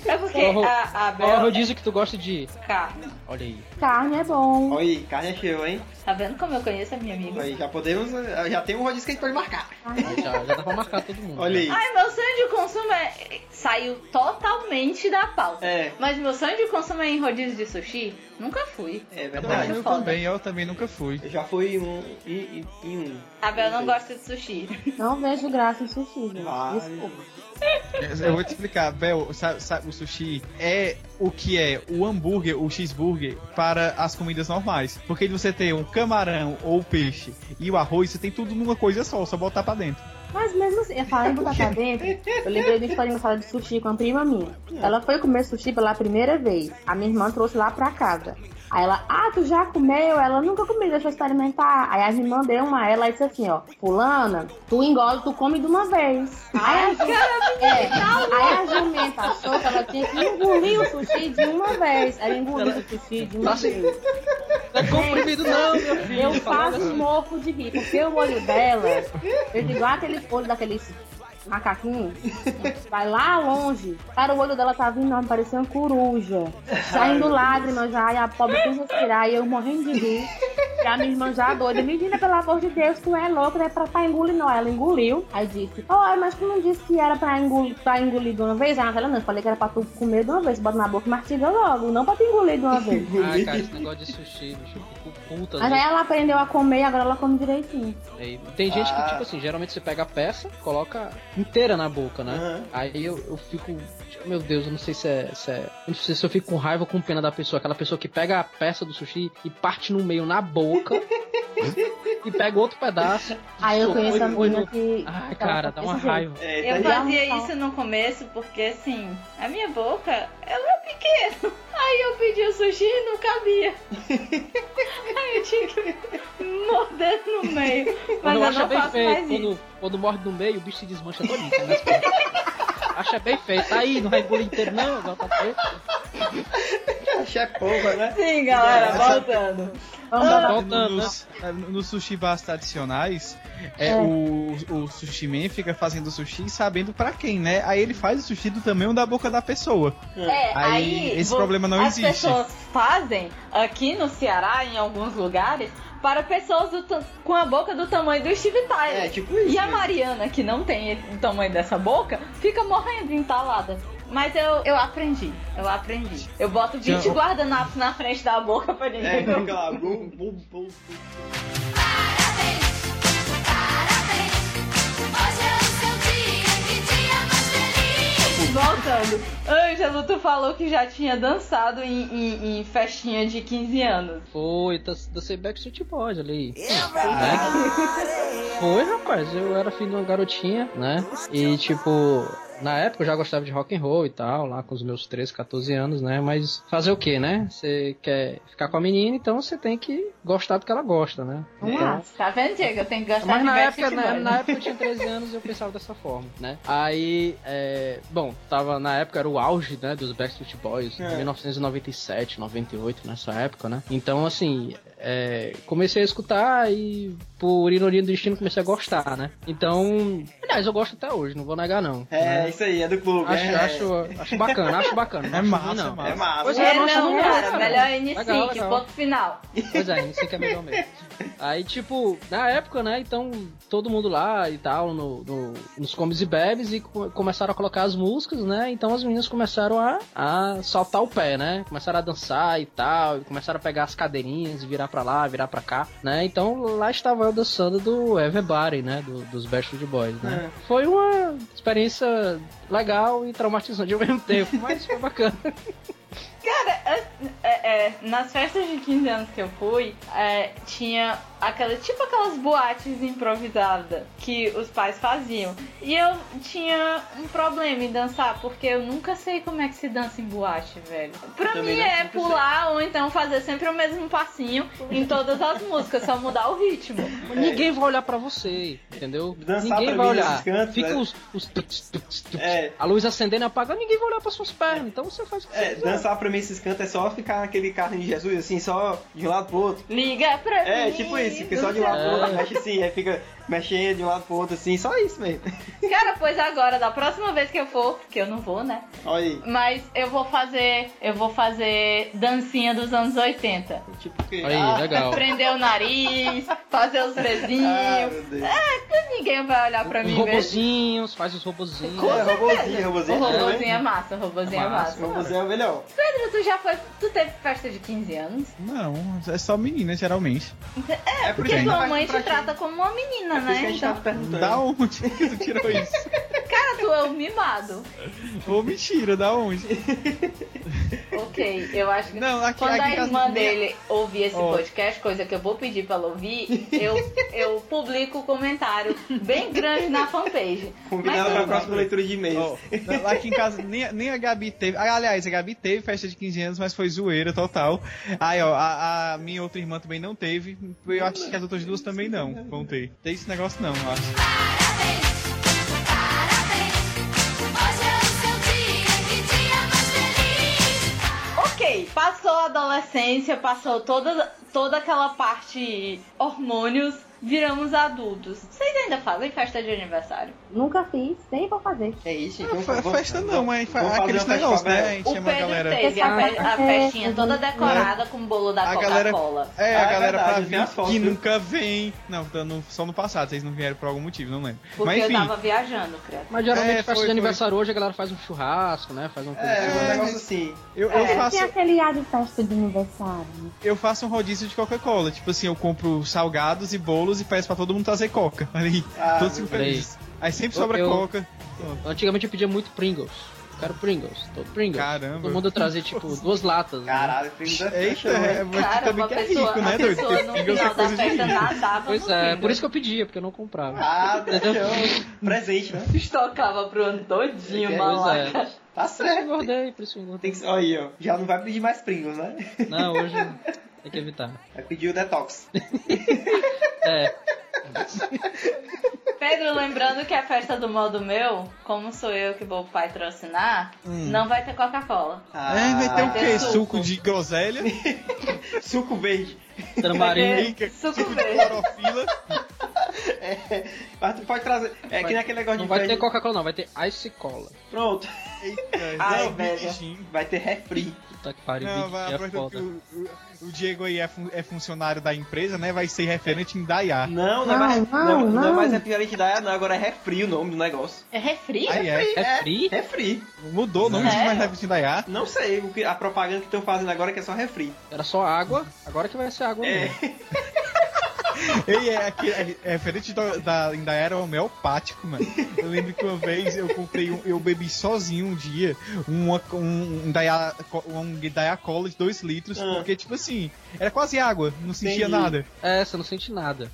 Speaker 1: É porque
Speaker 5: Qual-
Speaker 1: a, a
Speaker 5: Qual é o
Speaker 1: Bel é
Speaker 5: rodízio que tu gosta de ir?
Speaker 1: carne.
Speaker 5: Olha aí.
Speaker 4: Carne é bom.
Speaker 2: Olha aí, carne é show, hein?
Speaker 1: Tá vendo como eu conheço a minha amiga?
Speaker 2: Aí já podemos. eh, Já tem um rodízio que a gente pode marcar.
Speaker 4: é
Speaker 5: Já, já dá pra marcar todo mundo. né?
Speaker 2: Olha aí.
Speaker 1: Ai, meu sonho de consumo é... saiu totalmente da pauta.
Speaker 2: É,
Speaker 1: Mas meu sonho de consumo é em rodízio de sushi? Nunca fui.
Speaker 2: é
Speaker 1: Acho
Speaker 2: verdade.
Speaker 3: eu
Speaker 1: foda.
Speaker 3: também, eu também nunca fui.
Speaker 2: Eu já fui em um. Em, em, em um.
Speaker 1: A Bel não
Speaker 2: Sim.
Speaker 1: gosta de sushi.
Speaker 4: Não vejo graça em sushi, gente.
Speaker 2: Vai.
Speaker 4: Desculpa.
Speaker 3: Eu vou te explicar, Bel, sa- sa- o sushi é o que é o hambúrguer, o cheeseburger, para as comidas normais. Porque você tem um camarão ou peixe e o arroz, você tem tudo numa coisa só, só botar pra dentro.
Speaker 4: Mas mesmo assim, eu falei em botar pra dentro, eu lembrei de uma história engraçada de sushi com uma prima minha.
Speaker 2: É.
Speaker 4: Ela foi comer sushi pela primeira vez. A minha irmã trouxe lá pra casa. Aí ela, ah, tu já comeu? Ela nunca comi, deixa eu experimentar. Aí a minha irmã deu uma a ela e disse assim, ó, fulana, tu engole, tu come de uma vez. Aí a, Ju, é, aí a jumenta achou que ela tinha que engolir o sushi de uma vez. Ela engoliu o sushi de uma
Speaker 5: Tá se-
Speaker 4: vez.
Speaker 5: Não é comprimido, não, meu filho.
Speaker 4: Eu
Speaker 5: Fala
Speaker 1: um
Speaker 4: quase
Speaker 5: assim.
Speaker 4: morro de rir, porque o olho dela fez
Speaker 1: "Ah,
Speaker 4: igual aquele olho daqueles macaquinhos. Vai lá longe. Cara, o olho dela tá tava enorme, parecia uma coruja. Saindo lágrimas já, e a pobre sem respirar, e eu morrendo de rir. E a minha irmã já doida, menina, pelo amor de Deus, tu é louca, não é pra, pra engolir, não. Ela engoliu. Aí disse, olha, mas tu não disse que era pra engolir, pra engolir de uma vez? Ah, ela não, eu falei que era pra tu comer de uma vez, bota na boca e mastiga logo, não pra tu engolir de uma vez.
Speaker 5: Ah, cara, esse negócio de sushi, bicho, eu fico puta. né?
Speaker 4: Mas é- aí ela aprendeu a comer e agora ela come direitinho.
Speaker 5: Aí, Tem gente
Speaker 2: Ah.
Speaker 5: que, tipo assim, geralmente você pega a peça, coloca inteira na boca, né?
Speaker 2: Aham.
Speaker 5: Aí eu, eu fico. Meu Deus, eu não sei se é, se é. eu Não sei se eu fico com raiva ou com pena da pessoa. Aquela pessoa que pega a peça do sushi e parte no meio na boca e pega outro pedaço.
Speaker 4: Aí eu
Speaker 5: Só
Speaker 4: conheço a
Speaker 5: põe- põe no-
Speaker 4: menina que.
Speaker 5: Ai,
Speaker 4: ela assim,
Speaker 5: cara,
Speaker 4: faz
Speaker 5: dá uma
Speaker 4: desse jeito.
Speaker 5: raiva.
Speaker 2: É,
Speaker 1: Eu
Speaker 2: tá-
Speaker 4: Olhar
Speaker 1: fazia
Speaker 4: um sal.
Speaker 1: isso no começo porque, assim, a minha boca, ela é pequena. Aí eu pedi o sushi e não cabia. Aí eu tinha que morder no meio. Mas
Speaker 5: Quando
Speaker 1: eu,
Speaker 5: eu acho
Speaker 1: não
Speaker 5: bem
Speaker 1: faço mais
Speaker 5: feio,
Speaker 1: isso.
Speaker 5: quando, quando morde no meio, o bicho se desmancha todinho. Né? acha bem feio. Tá aí, não vai engolir inteiro, não. Agora tá feio.
Speaker 2: Axé porra, né?
Speaker 1: Sim, galera, voltando. Ah.
Speaker 4: Vamos lá.
Speaker 5: Voltando, né?
Speaker 3: No- Então, nos, nos sushi bars tradicionais, é, O, o sushi man fica fazendo sushi sabendo pra quem, né? Aí ele faz o sushi do tamanho da boca da pessoa.
Speaker 1: É,
Speaker 3: Aí,
Speaker 1: aí
Speaker 3: esse
Speaker 1: vo-
Speaker 3: problema não
Speaker 1: as
Speaker 3: existe.
Speaker 1: pessoas fazem aqui no Ceará, em alguns lugares, para pessoas do ta- com a boca do tamanho do Steve Tyler.
Speaker 2: É, tipo isso.
Speaker 1: e a
Speaker 2: né?
Speaker 1: Mariana, que não tem o tamanho dessa boca, fica morrendo entalada. Mas eu, eu aprendi. Eu aprendi. Eu boto 20
Speaker 3: Tchau.
Speaker 1: guardanapos na frente da boca pra ninguém.
Speaker 2: É,
Speaker 1: ver.
Speaker 2: fica lá. Bum, bum, bum, bum.
Speaker 1: Voltando. Ângelo, tu falou que já tinha dançado em, em- em festinha de 15 anos.
Speaker 5: Foi, da da Backstreet Boys ali. Back- Foi, rapaz, eu era filho de uma garotinha, né? E tipo, na época eu já gostava de rock and roll e tal, lá com os meus 13, 14 anos, né? Mas fazer o que, né? Você quer ficar com a menina, então você tem que gostar do que ela gosta, né?
Speaker 1: Ah, tá vendo, Diego? Eu tenho que gastar
Speaker 5: Mas
Speaker 1: de
Speaker 5: na
Speaker 1: Backstreet
Speaker 5: época, na,
Speaker 1: Boys.
Speaker 5: na época eu tinha 13 anos e eu pensava dessa forma, né? Aí, é, bom, tava na época era o auge, né, dos Backstreet Boys,
Speaker 2: É.
Speaker 5: 1997, 98, nessa época, né? Então, assim, é, comecei a escutar e por ironia do destino comecei a gostar, né? Então, aliás, eu gosto até hoje, não vou negar não.
Speaker 2: É,
Speaker 5: né?
Speaker 2: isso aí, é do clube.
Speaker 5: Acho,
Speaker 2: é,
Speaker 5: acho, acho bacana, acho bacana. Não
Speaker 3: É
Speaker 5: acho
Speaker 3: massa,
Speaker 5: ruim,
Speaker 3: é
Speaker 5: não.
Speaker 2: é
Speaker 5: Pois
Speaker 2: massa.
Speaker 5: é,
Speaker 1: É,
Speaker 5: não,
Speaker 1: não,
Speaker 5: não,
Speaker 1: cara,
Speaker 5: cara.
Speaker 1: melhor
Speaker 5: Legal,
Speaker 1: N5,
Speaker 5: legal.
Speaker 1: ponto final.
Speaker 5: Pois é, isso que é melhor mesmo. Aí, tipo, na época, né, então, todo mundo lá e tal, no, no- nos comes e bebes, e co- começaram a colocar as músicas, né, então as meninas começaram a, a saltar o pé, né, começaram a dançar e tal, e começaram a pegar as cadeirinhas, e virar pra lá, virar pra cá, né, então lá estava eu dançando do Everybody, né, do- dos Backstreet Boys, né. Foi uma experiência legal e traumatizante ao mesmo tempo, mas foi bacana.
Speaker 1: É, é, nas festas de 15 anos que eu fui, é, tinha aquela, tipo aquelas boates improvisadas que os pais faziam. E eu tinha um problema em dançar, porque eu nunca sei como é que se dança em boate, velho. Pra
Speaker 2: Também
Speaker 1: mim
Speaker 2: não,
Speaker 1: é
Speaker 2: nunca sei.
Speaker 1: pular ou então fazer sempre o mesmo passinho em todas as músicas, só mudar o ritmo.
Speaker 5: É. Ninguém vai olhar pra você, entendeu?
Speaker 2: Dançar pra
Speaker 5: ninguém vai
Speaker 2: mim nesses
Speaker 5: olhar.
Speaker 2: cantos,
Speaker 5: Fica
Speaker 2: né?
Speaker 5: os, os tuts, tuts, tuts.
Speaker 2: É.
Speaker 5: A luz acendendo e apagando, ninguém vai olhar pras suas pernas. Então você faz o que você
Speaker 2: É,
Speaker 5: quiser.
Speaker 2: dançar pra mim esses cantos é só ficar naquele carro de Jesus, assim, só de um lado pro outro.
Speaker 1: Liga pra mim.
Speaker 2: É, tipo isso, fica só de um
Speaker 1: do
Speaker 2: lado pro outro,
Speaker 5: É.
Speaker 2: mexe assim, aí fica mexendo de um lado pro outro, assim, só isso mesmo.
Speaker 1: Cara, pois agora, da próxima vez que eu for, que eu não vou, né?
Speaker 2: Olha aí,
Speaker 1: Mas eu vou fazer. Eu vou fazer dancinha dos anos 80.
Speaker 2: tipo que.
Speaker 5: Aí,
Speaker 2: ah,
Speaker 5: legal.
Speaker 1: Prender o nariz, fazer os
Speaker 2: ah,
Speaker 1: pezinhos.
Speaker 2: meu Deus.
Speaker 1: Ninguém vai olhar pra
Speaker 5: Os
Speaker 1: mim mesmo.
Speaker 5: robozinhos, faz os robozinhos.
Speaker 2: É, robozinho,
Speaker 1: O
Speaker 2: robozinho. né?
Speaker 1: robôzinho é massa, o robôzinho é
Speaker 5: É
Speaker 1: massa.
Speaker 5: massa,
Speaker 2: Robozinho é o melhor.
Speaker 1: Pedro, tu já foi. Tu teve festa de 15 anos?
Speaker 3: Não, é só menina, geralmente.
Speaker 2: É por isso
Speaker 1: Porque
Speaker 2: que a
Speaker 3: Sim.
Speaker 2: gente
Speaker 1: tua
Speaker 2: tá
Speaker 1: mãe te
Speaker 2: pra ti.
Speaker 1: trata como uma menina,
Speaker 2: É por isso que a
Speaker 1: né?
Speaker 2: gente
Speaker 1: Então,
Speaker 2: tá perguntando.
Speaker 3: Da onde que tu tirou isso?
Speaker 1: cara, tu é um mimado.
Speaker 3: Ô, mentira, da onde?
Speaker 1: Ok, eu acho que.
Speaker 3: Não, aqui,
Speaker 1: Quando
Speaker 3: aqui
Speaker 1: a
Speaker 3: em casa
Speaker 1: irmã
Speaker 3: ninguém-
Speaker 1: dele ouvir esse
Speaker 3: Ó.
Speaker 1: podcast, coisa que eu vou pedir pra ela ouvir, eu, eu publico o comentário bem grande na fanpage.
Speaker 3: um
Speaker 2: Combinado
Speaker 1: Mas
Speaker 2: pra
Speaker 1: tudo
Speaker 2: próxima leitura de e-mails.
Speaker 3: Ó, lá aqui em casa nem, nem a Gabi teve. Ah, Aliás, a Gabi teve festa de 15 anos, mas foi zoeira total. Aí, ó, a, a minha outra irmã também não teve. Eu acho que as outras duas também não vão ter. Tem esse negócio não, eu acho.
Speaker 1: Ok, passou a adolescência, passou toda, toda aquela parte hormônios, viramos adultos. Vocês ainda fazem festa de aniversário?
Speaker 4: Nunca fiz, nem vou fazer.
Speaker 2: É isso,
Speaker 3: Não,
Speaker 2: então
Speaker 3: foi
Speaker 2: vamos-
Speaker 3: festa não, mas
Speaker 2: vamos fazer
Speaker 3: aqueles
Speaker 2: uma festa
Speaker 3: negócios, né?
Speaker 2: pra-
Speaker 3: A gente
Speaker 1: O
Speaker 3: chama a
Speaker 1: Pedro
Speaker 3: galera.
Speaker 1: teve a, fe- a festinha toda decorada com o bolo da
Speaker 3: A galera-
Speaker 1: Coca-Cola.
Speaker 3: É, a
Speaker 2: Ah, é
Speaker 3: galera
Speaker 2: verdade, tem
Speaker 3: pra
Speaker 2: as
Speaker 3: vir
Speaker 2: fotos,
Speaker 3: que
Speaker 2: viu?
Speaker 3: nunca vem. Não, tá no- só no passado, vocês não vieram por algum motivo, não lembro.
Speaker 1: Porque
Speaker 3: mas
Speaker 1: eu
Speaker 3: enfim.
Speaker 1: tava viajando, credo.
Speaker 5: Mas geralmente
Speaker 3: É,
Speaker 5: festa
Speaker 3: foi,
Speaker 5: de
Speaker 3: foi.
Speaker 5: aniversário hoje a galera faz um churrasco, né? Faz uma coisa
Speaker 2: É,
Speaker 5: assim.
Speaker 2: um negócio assim.
Speaker 3: Eu, eu
Speaker 1: É,
Speaker 3: faço,
Speaker 4: Tem aquele ar de festa de aniversário.
Speaker 3: eu faço um rodízio de Coca-Cola. Tipo assim, eu compro salgados e bolos e peço pra todo mundo trazer Coca. Aí,
Speaker 2: Ah,
Speaker 3: todos ficam
Speaker 5: olha aí.
Speaker 3: felizes. Aí sempre sobra
Speaker 5: Eu- eu-
Speaker 3: Coca.
Speaker 5: Antigamente eu pedia muito Pringles. Eu Quero Pringles, todo Pringles.
Speaker 3: Caramba.
Speaker 5: Todo mundo trazia, tipo, duas latas. né?
Speaker 2: Caralho, filho da
Speaker 3: Eita,
Speaker 2: festa, né?
Speaker 3: é, mas tu
Speaker 1: Cara,
Speaker 3: também
Speaker 1: uma
Speaker 3: que é
Speaker 1: pessoa,
Speaker 3: rico,
Speaker 1: a
Speaker 3: né, doido?
Speaker 1: pessoa no
Speaker 3: Tem que
Speaker 1: final
Speaker 3: ser
Speaker 1: da
Speaker 3: coisa de
Speaker 1: festa
Speaker 3: rico.
Speaker 1: nadava
Speaker 5: Pois
Speaker 1: no
Speaker 5: é,
Speaker 1: Tinder.
Speaker 5: por isso que eu pedia, porque eu não comprava.
Speaker 2: Ah, deixou. Presente, né?
Speaker 1: Estocava pro ano todinho,
Speaker 3: É,
Speaker 2: Pois
Speaker 1: malaca.
Speaker 2: Tá
Speaker 5: Por isso que é. eu
Speaker 2: certo.
Speaker 5: engordei, por isso que eu engordei.
Speaker 2: Tem que... Olha aí, ó. Já não vai pedir mais Pringles, né?
Speaker 5: Não, hoje tem que evitar.
Speaker 2: Vai pedir o detox.
Speaker 5: É,
Speaker 1: Pedro, lembrando que a festa do modo meu, como sou eu que vou patrocinar,
Speaker 3: Hum.
Speaker 1: não vai ter Coca-cola.
Speaker 2: Ah,
Speaker 3: É, vai
Speaker 5: um
Speaker 3: ter o
Speaker 1: ter
Speaker 3: quê?
Speaker 1: suco.
Speaker 3: Suco, de groselha?
Speaker 2: Suco verde. É.
Speaker 5: tamarindo.
Speaker 1: É, Suco
Speaker 3: suco de
Speaker 1: verde.
Speaker 3: clorofila?
Speaker 2: É, mas tu pode trazer. É
Speaker 5: Vai-
Speaker 2: que nem aquele negócio
Speaker 5: Não
Speaker 2: de
Speaker 5: vai
Speaker 2: vende-
Speaker 5: ter Coca-Cola, não, vai ter Ice Cola.
Speaker 2: Pronto.
Speaker 3: Eita,
Speaker 2: Ai,
Speaker 3: não,
Speaker 2: velho.
Speaker 3: bichinho.
Speaker 2: Vai ter refri.
Speaker 5: Puta que pariu,
Speaker 3: Não,
Speaker 5: Vicky,
Speaker 3: vai,
Speaker 5: é
Speaker 3: aproveitar que
Speaker 5: foda.
Speaker 3: o, o- o Diego aí é, fun- é funcionário da empresa, né? Vai ser referente em Daiá.
Speaker 2: Não, não, é
Speaker 4: Não,
Speaker 2: mais.
Speaker 4: não,
Speaker 2: Não, não é
Speaker 4: não.
Speaker 2: mais refrigerante da não. Agora é refri o nome do negócio.
Speaker 1: É refri?
Speaker 3: Aí é.
Speaker 5: É free?
Speaker 2: Refri.
Speaker 3: Mudou, não existe
Speaker 1: É.
Speaker 3: mais referente em Daiá.
Speaker 2: Não sei o que, a propaganda que estão fazendo agora é que é só refri.
Speaker 5: Era só água, agora que vai ser água
Speaker 2: É.
Speaker 5: mesmo.
Speaker 3: Ei, é, aqui, é, é referente da, da ainda era homeopático, mano. Eu lembro que uma vez eu comprei, um, eu bebi sozinho um dia uma, um, um Daya, um Daya Cola de 2 litros,
Speaker 2: Ah.
Speaker 3: porque, tipo assim, era quase água, não sentia
Speaker 2: Entendi.
Speaker 3: nada.
Speaker 5: É, você não sente nada.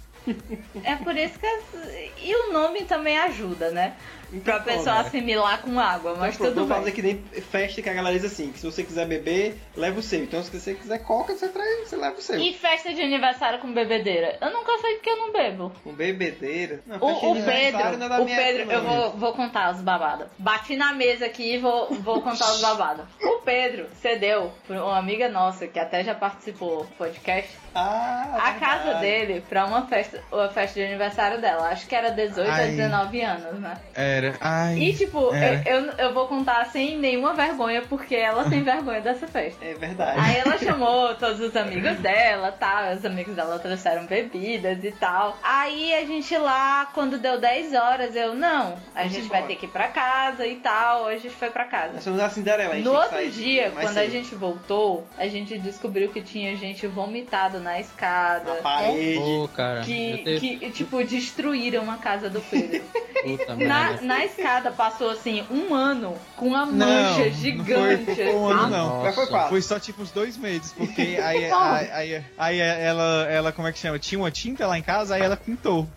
Speaker 1: É por isso que. as- E o nome também ajuda, né? Pra
Speaker 2: Então,
Speaker 1: pessoa
Speaker 2: né?
Speaker 1: assimilar com água, mas
Speaker 2: Pronto,
Speaker 1: tudo
Speaker 2: vou fazer
Speaker 1: bem.
Speaker 2: que nem festa que a galera diz assim: que se você quiser beber, leva o seu. Então, se você quiser coca, você, traz, você leva o seu.
Speaker 1: E festa de aniversário com bebedeira? Eu nunca sei porque eu não bebo.
Speaker 2: Com bebedeira. Não, festa de
Speaker 1: O, o
Speaker 2: aniversário não é da
Speaker 1: Pedro, o
Speaker 2: minha
Speaker 1: Pedro,
Speaker 2: época,
Speaker 1: eu
Speaker 2: não.
Speaker 1: vou, vou contar os babados. Bati na mesa aqui e vou, vou contar os babados. O Pedro cedeu pra uma amiga nossa, que até já participou do podcast,
Speaker 2: Ah,
Speaker 1: a casa
Speaker 2: verdade.
Speaker 1: dele pra uma festa, uma festa de aniversário dela. Acho que era 18
Speaker 3: Ai.
Speaker 1: ou 19 anos, né?
Speaker 3: Era. Ai.
Speaker 1: E tipo,
Speaker 3: É.
Speaker 1: eu, eu, eu vou contar sem nenhuma vergonha, porque ela tem vergonha dessa festa.
Speaker 2: É verdade.
Speaker 1: Aí ela chamou todos os amigos dela, tá? Os amigos dela trouxeram bebidas e tal. Aí a gente lá, quando deu 10 horas, eu, não, a
Speaker 2: Vamos
Speaker 1: gente
Speaker 2: embora.
Speaker 1: vai ter que ir pra casa e tal. Aí A gente foi pra casa.
Speaker 2: Nós somos a Cinderela. a gente
Speaker 1: No
Speaker 2: tem que
Speaker 1: outro
Speaker 2: sair
Speaker 1: dia,
Speaker 2: mais
Speaker 1: quando a
Speaker 2: cedo.
Speaker 1: gente voltou, a gente descobriu que tinha gente vomitado na escada.
Speaker 2: Na parede.
Speaker 5: Ô, cara.
Speaker 1: Que,
Speaker 5: eu te-
Speaker 1: que, tipo, destruíram a casa do Pedro.
Speaker 5: Puta
Speaker 1: Na,
Speaker 5: merda.
Speaker 1: na escada passou assim um ano com uma
Speaker 3: Não,
Speaker 1: mancha
Speaker 3: não foi,
Speaker 1: gigante.
Speaker 3: foi um ano, não.
Speaker 2: Mas foi
Speaker 5: Nossa.
Speaker 2: fácil.
Speaker 3: Foi só tipo uns dois meses, porque aí, aí, aí, aí ela, ela, como é que chama? Tinha uma tinta lá em casa, aí ela pintou.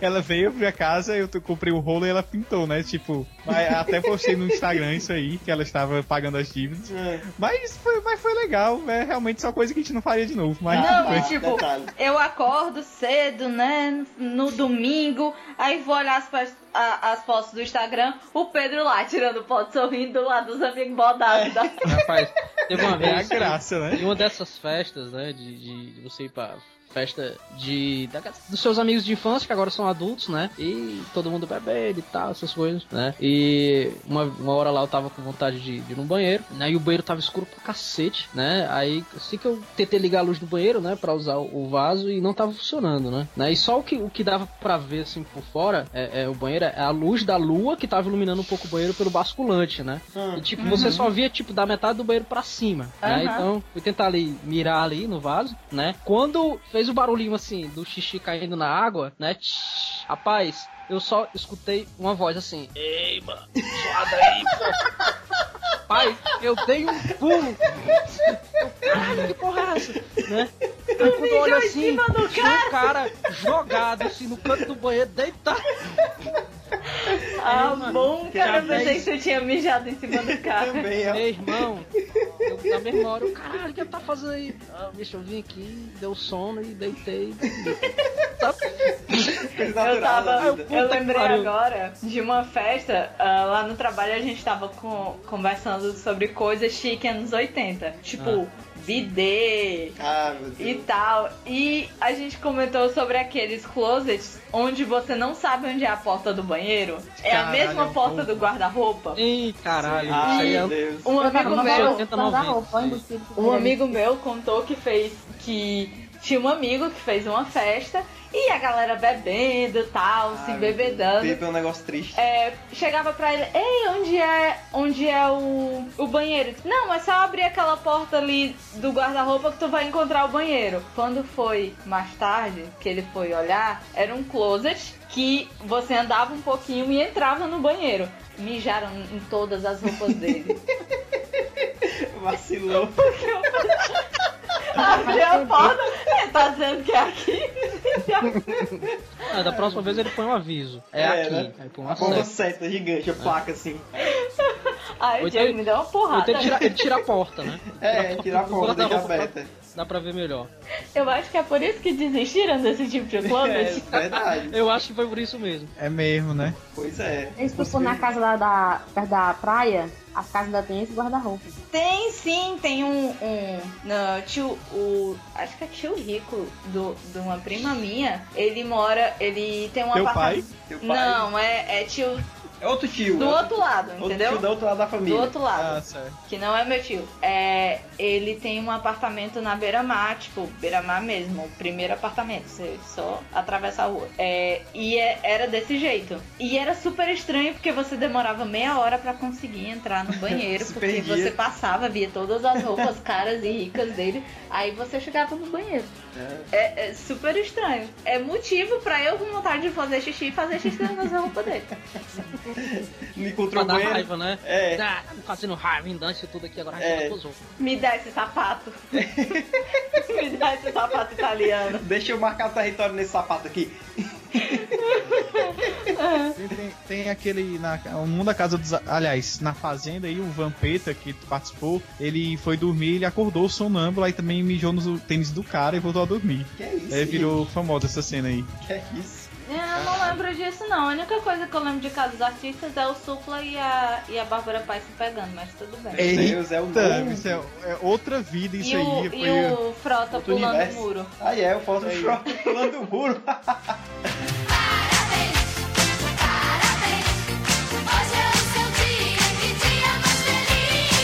Speaker 3: Ela veio pra casa, eu t- comprei o rolo e ela pintou, né? Tipo, aí até postei no Instagram isso aí, que ela estava pagando as dívidas.
Speaker 2: Ah,
Speaker 3: Mas foi, mas foi legal, é realmente só coisa que a gente não faria de novo. Mas
Speaker 1: Não,
Speaker 3: tudo
Speaker 1: e
Speaker 3: bem.
Speaker 1: tipo,
Speaker 2: detalhe.
Speaker 1: eu acordo cedo, né? No domingo, aí vou olhar as, fo- a- as fotos do Instagram, o Pedro lá tirando foto sorrindo lá dos amigos bodados. da-
Speaker 5: Rapaz, teve uma
Speaker 3: é a
Speaker 5: vez. que-
Speaker 3: graça, né?
Speaker 5: Em uma dessas festas, né? De, de- de você ir pra festa de da- dos seus amigos de infância, que agora são adultos, né? E todo mundo bebendo e tal, essas coisas, né? E uma, uma hora lá eu tava com vontade de, de ir no banheiro, né? E o banheiro tava escuro pra cacete, né? Aí assim que eu tentei ligar a luz do banheiro, né? Pra usar o, o vaso e não tava funcionando, né? né? E só o que, o que dava pra ver assim por fora, é, é, o banheiro, é a luz da lua que tava iluminando um pouco o banheiro pelo basculante, né?
Speaker 2: Ah.
Speaker 5: E, tipo, você só via, tipo, da metade do banheiro pra cima, né?
Speaker 1: Aham.
Speaker 5: Então, fui tentar ali, mirar ali no vaso, né? Quando fez o barulhinho, assim, do xixi caindo na água, né? Tsh, rapaz, eu só escutei uma voz assim, Ei, mano, suada aí, pô. Pai, eu dei um pulo. Caralho, que porra é essa? Né? Aí quando eu olho assim, tinha um cara jogado assim no canto do banheiro, deitado.
Speaker 1: Ah, bom, cara, eu
Speaker 2: Que
Speaker 1: pensei que você tinha mijado em cima do carro.
Speaker 2: Também, é ó.
Speaker 5: Meu irmão, eu, na mesma hora, eu, caralho, o que ele tá fazendo aí? Ah, bicho, eu vim aqui, deu sono e deitei. Tá-
Speaker 2: Coisa
Speaker 1: Eu
Speaker 2: natural da
Speaker 1: tava.
Speaker 2: vida.
Speaker 1: Eu
Speaker 5: Puta que
Speaker 1: lembrei
Speaker 5: pariu.
Speaker 1: agora de uma festa. ah, lá no trabalho a gente tava com- conversando sobre coisas chique anos 80. Tipo, bidê,
Speaker 2: Ah, meu
Speaker 1: e
Speaker 2: Deus.
Speaker 1: tal. E a gente comentou sobre aqueles closets onde você não sabe onde é a porta do banheiro. É a
Speaker 3: Caralho,
Speaker 1: mesma porta do guarda-roupa.
Speaker 5: Ih, caralho,
Speaker 2: Ah,
Speaker 5: isso aí é
Speaker 2: meu Deus.
Speaker 1: Um amigo
Speaker 5: Não,
Speaker 1: meu,
Speaker 5: não, não. 80, 90.
Speaker 4: embutido.
Speaker 1: um amigo meu contou que fez que tinha um amigo que fez uma festa e a galera bebendo, tal, se
Speaker 2: Ah,
Speaker 1: bebedando.
Speaker 2: Bebê é um negócio triste.
Speaker 1: É, chegava pra ele, ei, onde é, onde é o, o banheiro? Ele disse, Não, é só abrir aquela porta ali do guarda-roupa que tu vai encontrar o banheiro. Quando foi mais tarde que ele foi olhar, era um closet que você andava um pouquinho e entrava no banheiro. Mijaram em todas as roupas dele.
Speaker 2: Vacilou.
Speaker 1: Abriu a porta, "É, tá dizendo que é aqui.
Speaker 5: Ah, da próxima vez ele põe um aviso. É,
Speaker 2: É,
Speaker 5: aqui.
Speaker 2: né?
Speaker 5: Aí põe um
Speaker 2: Uma bomba
Speaker 5: acesso.
Speaker 2: seta gigante, a placa assim.
Speaker 1: Aí
Speaker 5: Ou então-
Speaker 1: o Diego me deu uma
Speaker 5: Ou
Speaker 1: porrada.
Speaker 5: então ele tira, ele tira a porta, né?
Speaker 2: É, tirar a porta,
Speaker 5: Guarda-roupa
Speaker 2: deixa aberta.
Speaker 5: Dá pra ver melhor.
Speaker 1: Eu acho que é por isso que desistiram desse tipo de
Speaker 2: É,
Speaker 1: plano.
Speaker 2: verdade.
Speaker 5: Eu acho que foi por isso mesmo.
Speaker 3: É mesmo, né?
Speaker 2: Pois é.
Speaker 4: Eles ficam na casa lá da, perto da praia, as casas ainda tem esse guarda-roupa.
Speaker 1: Tem sim, tem um. um não, tio. O, acho que é tio rico do, de uma prima minha. Ele mora. Ele tem uma
Speaker 3: Teu pai?
Speaker 2: Teu pai.
Speaker 1: Não, é, é tio
Speaker 2: É outro tio.
Speaker 1: do
Speaker 2: é
Speaker 1: outro lado,
Speaker 2: outro
Speaker 1: entendeu?
Speaker 2: tio do outro lado da
Speaker 1: do
Speaker 2: família.
Speaker 1: outro lado.
Speaker 3: Ah, certo.
Speaker 1: que não é meu tio. É, ele tem um apartamento na beira-mar, tipo, beira-mar mesmo, o primeiro apartamento, você só atravessa a rua. É, e é- era desse jeito. E era super estranho porque você demorava meia hora pra conseguir entrar no banheiro,
Speaker 2: Se
Speaker 1: porque
Speaker 2: perdia.
Speaker 1: você passava, via todas as roupas caras e ricas dele, aí você chegava no banheiro. É, é super estranho. É motivo pra eu com vontade de fazer xixi e fazer xixi nas roupas dele.
Speaker 2: Me
Speaker 5: Pra
Speaker 2: encontrou
Speaker 5: dar
Speaker 2: banheiro.
Speaker 5: raiva, né?
Speaker 2: É.
Speaker 5: Ah, fazendo raiva, vingança e tudo aqui agora.
Speaker 2: É.
Speaker 5: É. Não,
Speaker 1: Me dá esse sapato. Me dá esse sapato italiano.
Speaker 2: Deixa eu marcar território nesse sapato aqui.
Speaker 3: Tem, tem- tem aquele. Na, um da casa dos. Aliás, na fazenda aí, o Vampeta que participou, ele foi dormir, ele acordou sonâmbulo, aí também mijou no tênis do cara e voltou a dormir.
Speaker 2: Que é isso?
Speaker 3: Aí virou famosa essa cena aí.
Speaker 2: gente? Que é isso?
Speaker 1: É, Eu não lembro disso, não. A única coisa que eu lembro de casa dos artistas é o Supla e a, e a Bárbara Paz se pegando, mas tudo bem.
Speaker 2: Meu Deus, é o
Speaker 3: Eita,
Speaker 2: nome.
Speaker 3: isso é, é outra vida isso
Speaker 1: e,
Speaker 3: aí.
Speaker 1: o,
Speaker 3: foi-
Speaker 1: e o Frota
Speaker 2: outro
Speaker 1: pulando
Speaker 2: universo.
Speaker 1: o muro.
Speaker 2: Aí é, eu foto do pulando o muro.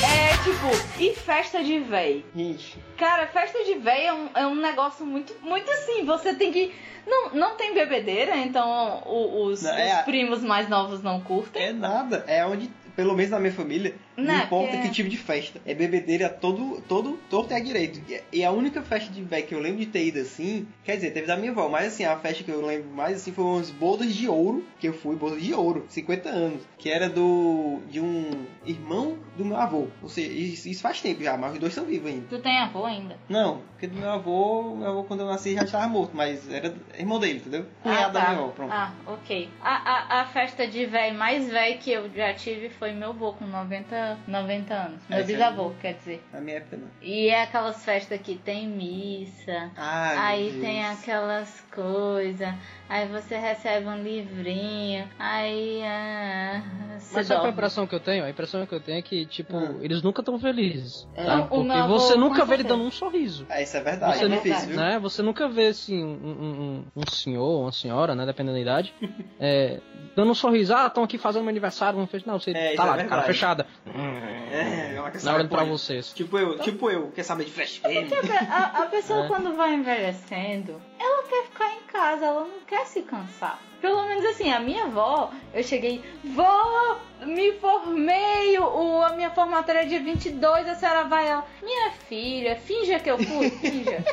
Speaker 1: É tipo, e festa de véi?
Speaker 2: Gente,
Speaker 1: Cara, festa de véi é um, é um negócio muito, muito assim. Você tem que. Não, não tem bebedeira, então o- os,
Speaker 2: Não, é
Speaker 1: os
Speaker 2: a-
Speaker 1: primos mais novos não curtem.
Speaker 2: é nada. É onde, pelo menos na minha família, não,
Speaker 1: Não,
Speaker 2: importa
Speaker 1: porque-
Speaker 2: que tipo de festa. É bebedeira todo, todo, todo é direito. E- E a única festa de velho que eu lembro de ter ido assim, quer dizer, teve da minha avó, mas assim, a festa que eu lembro mais assim foi umas bodas de ouro, que eu fui, bodas de ouro, 50 anos, que era do de um irmão do meu avô. Ou seja, isso, isso faz tempo já, mas os dois são vivos ainda.
Speaker 1: Tu tem avô ainda?
Speaker 2: Não, porque do meu avô, meu avô quando eu nasci já estava morto, mas era irmão dele, entendeu? Cunhado da
Speaker 1: tá.
Speaker 2: minha avó, pronto.
Speaker 1: Ah, ok. A, a, a festa de véi mais véi que eu já tive foi meu avô com 90, 90 anos. Meu
Speaker 2: É,
Speaker 1: bisavô, quer dizer.
Speaker 2: Na minha época não.
Speaker 1: E é aquelas festas que tem missa.
Speaker 2: Ai,
Speaker 1: aí
Speaker 2: meu
Speaker 1: tem
Speaker 2: Deus.
Speaker 1: aquelas coisas. Aí você recebe um livrinho. Aí. Ah, você
Speaker 5: Mas sabe qual é a
Speaker 1: dorme.
Speaker 5: impressão que eu tenho? A impressão que eu tenho é que, tipo,
Speaker 2: Hum.
Speaker 5: eles nunca estão felizes.
Speaker 1: É.
Speaker 5: tá?
Speaker 1: Não, o meu
Speaker 5: Porque
Speaker 1: avô,
Speaker 5: você
Speaker 1: com
Speaker 5: nunca vê ele
Speaker 1: certeza.
Speaker 5: dando um sorriso.
Speaker 2: Ah, isso é verdade,
Speaker 5: Você
Speaker 2: é
Speaker 5: não-
Speaker 2: difícil, viu?
Speaker 5: né? Você nunca vê assim um, um- um- um senhor, uma senhora, né? Dependendo da idade, é, dando um sorriso, ah, estão aqui fazendo meu aniversário, não fez. Não, você
Speaker 2: É, isso
Speaker 5: tá
Speaker 2: é
Speaker 5: lá, de cara
Speaker 2: verdade.
Speaker 5: fechada.
Speaker 2: É, ela quer
Speaker 5: Na
Speaker 2: saber
Speaker 5: hora pra
Speaker 2: pode.
Speaker 5: vocês.
Speaker 2: Tipo eu, tipo eu, quer saber de flash game?
Speaker 1: A, a pessoa
Speaker 5: É.
Speaker 1: quando vai envelhecendo, ela quer ficar em casa, ela não quer se cansar. Pelo menos assim, a minha avó, eu cheguei, vó, me formei, o, a minha formatura é dia 22, a senhora vai, ela, minha filha, finja que eu fui, finja.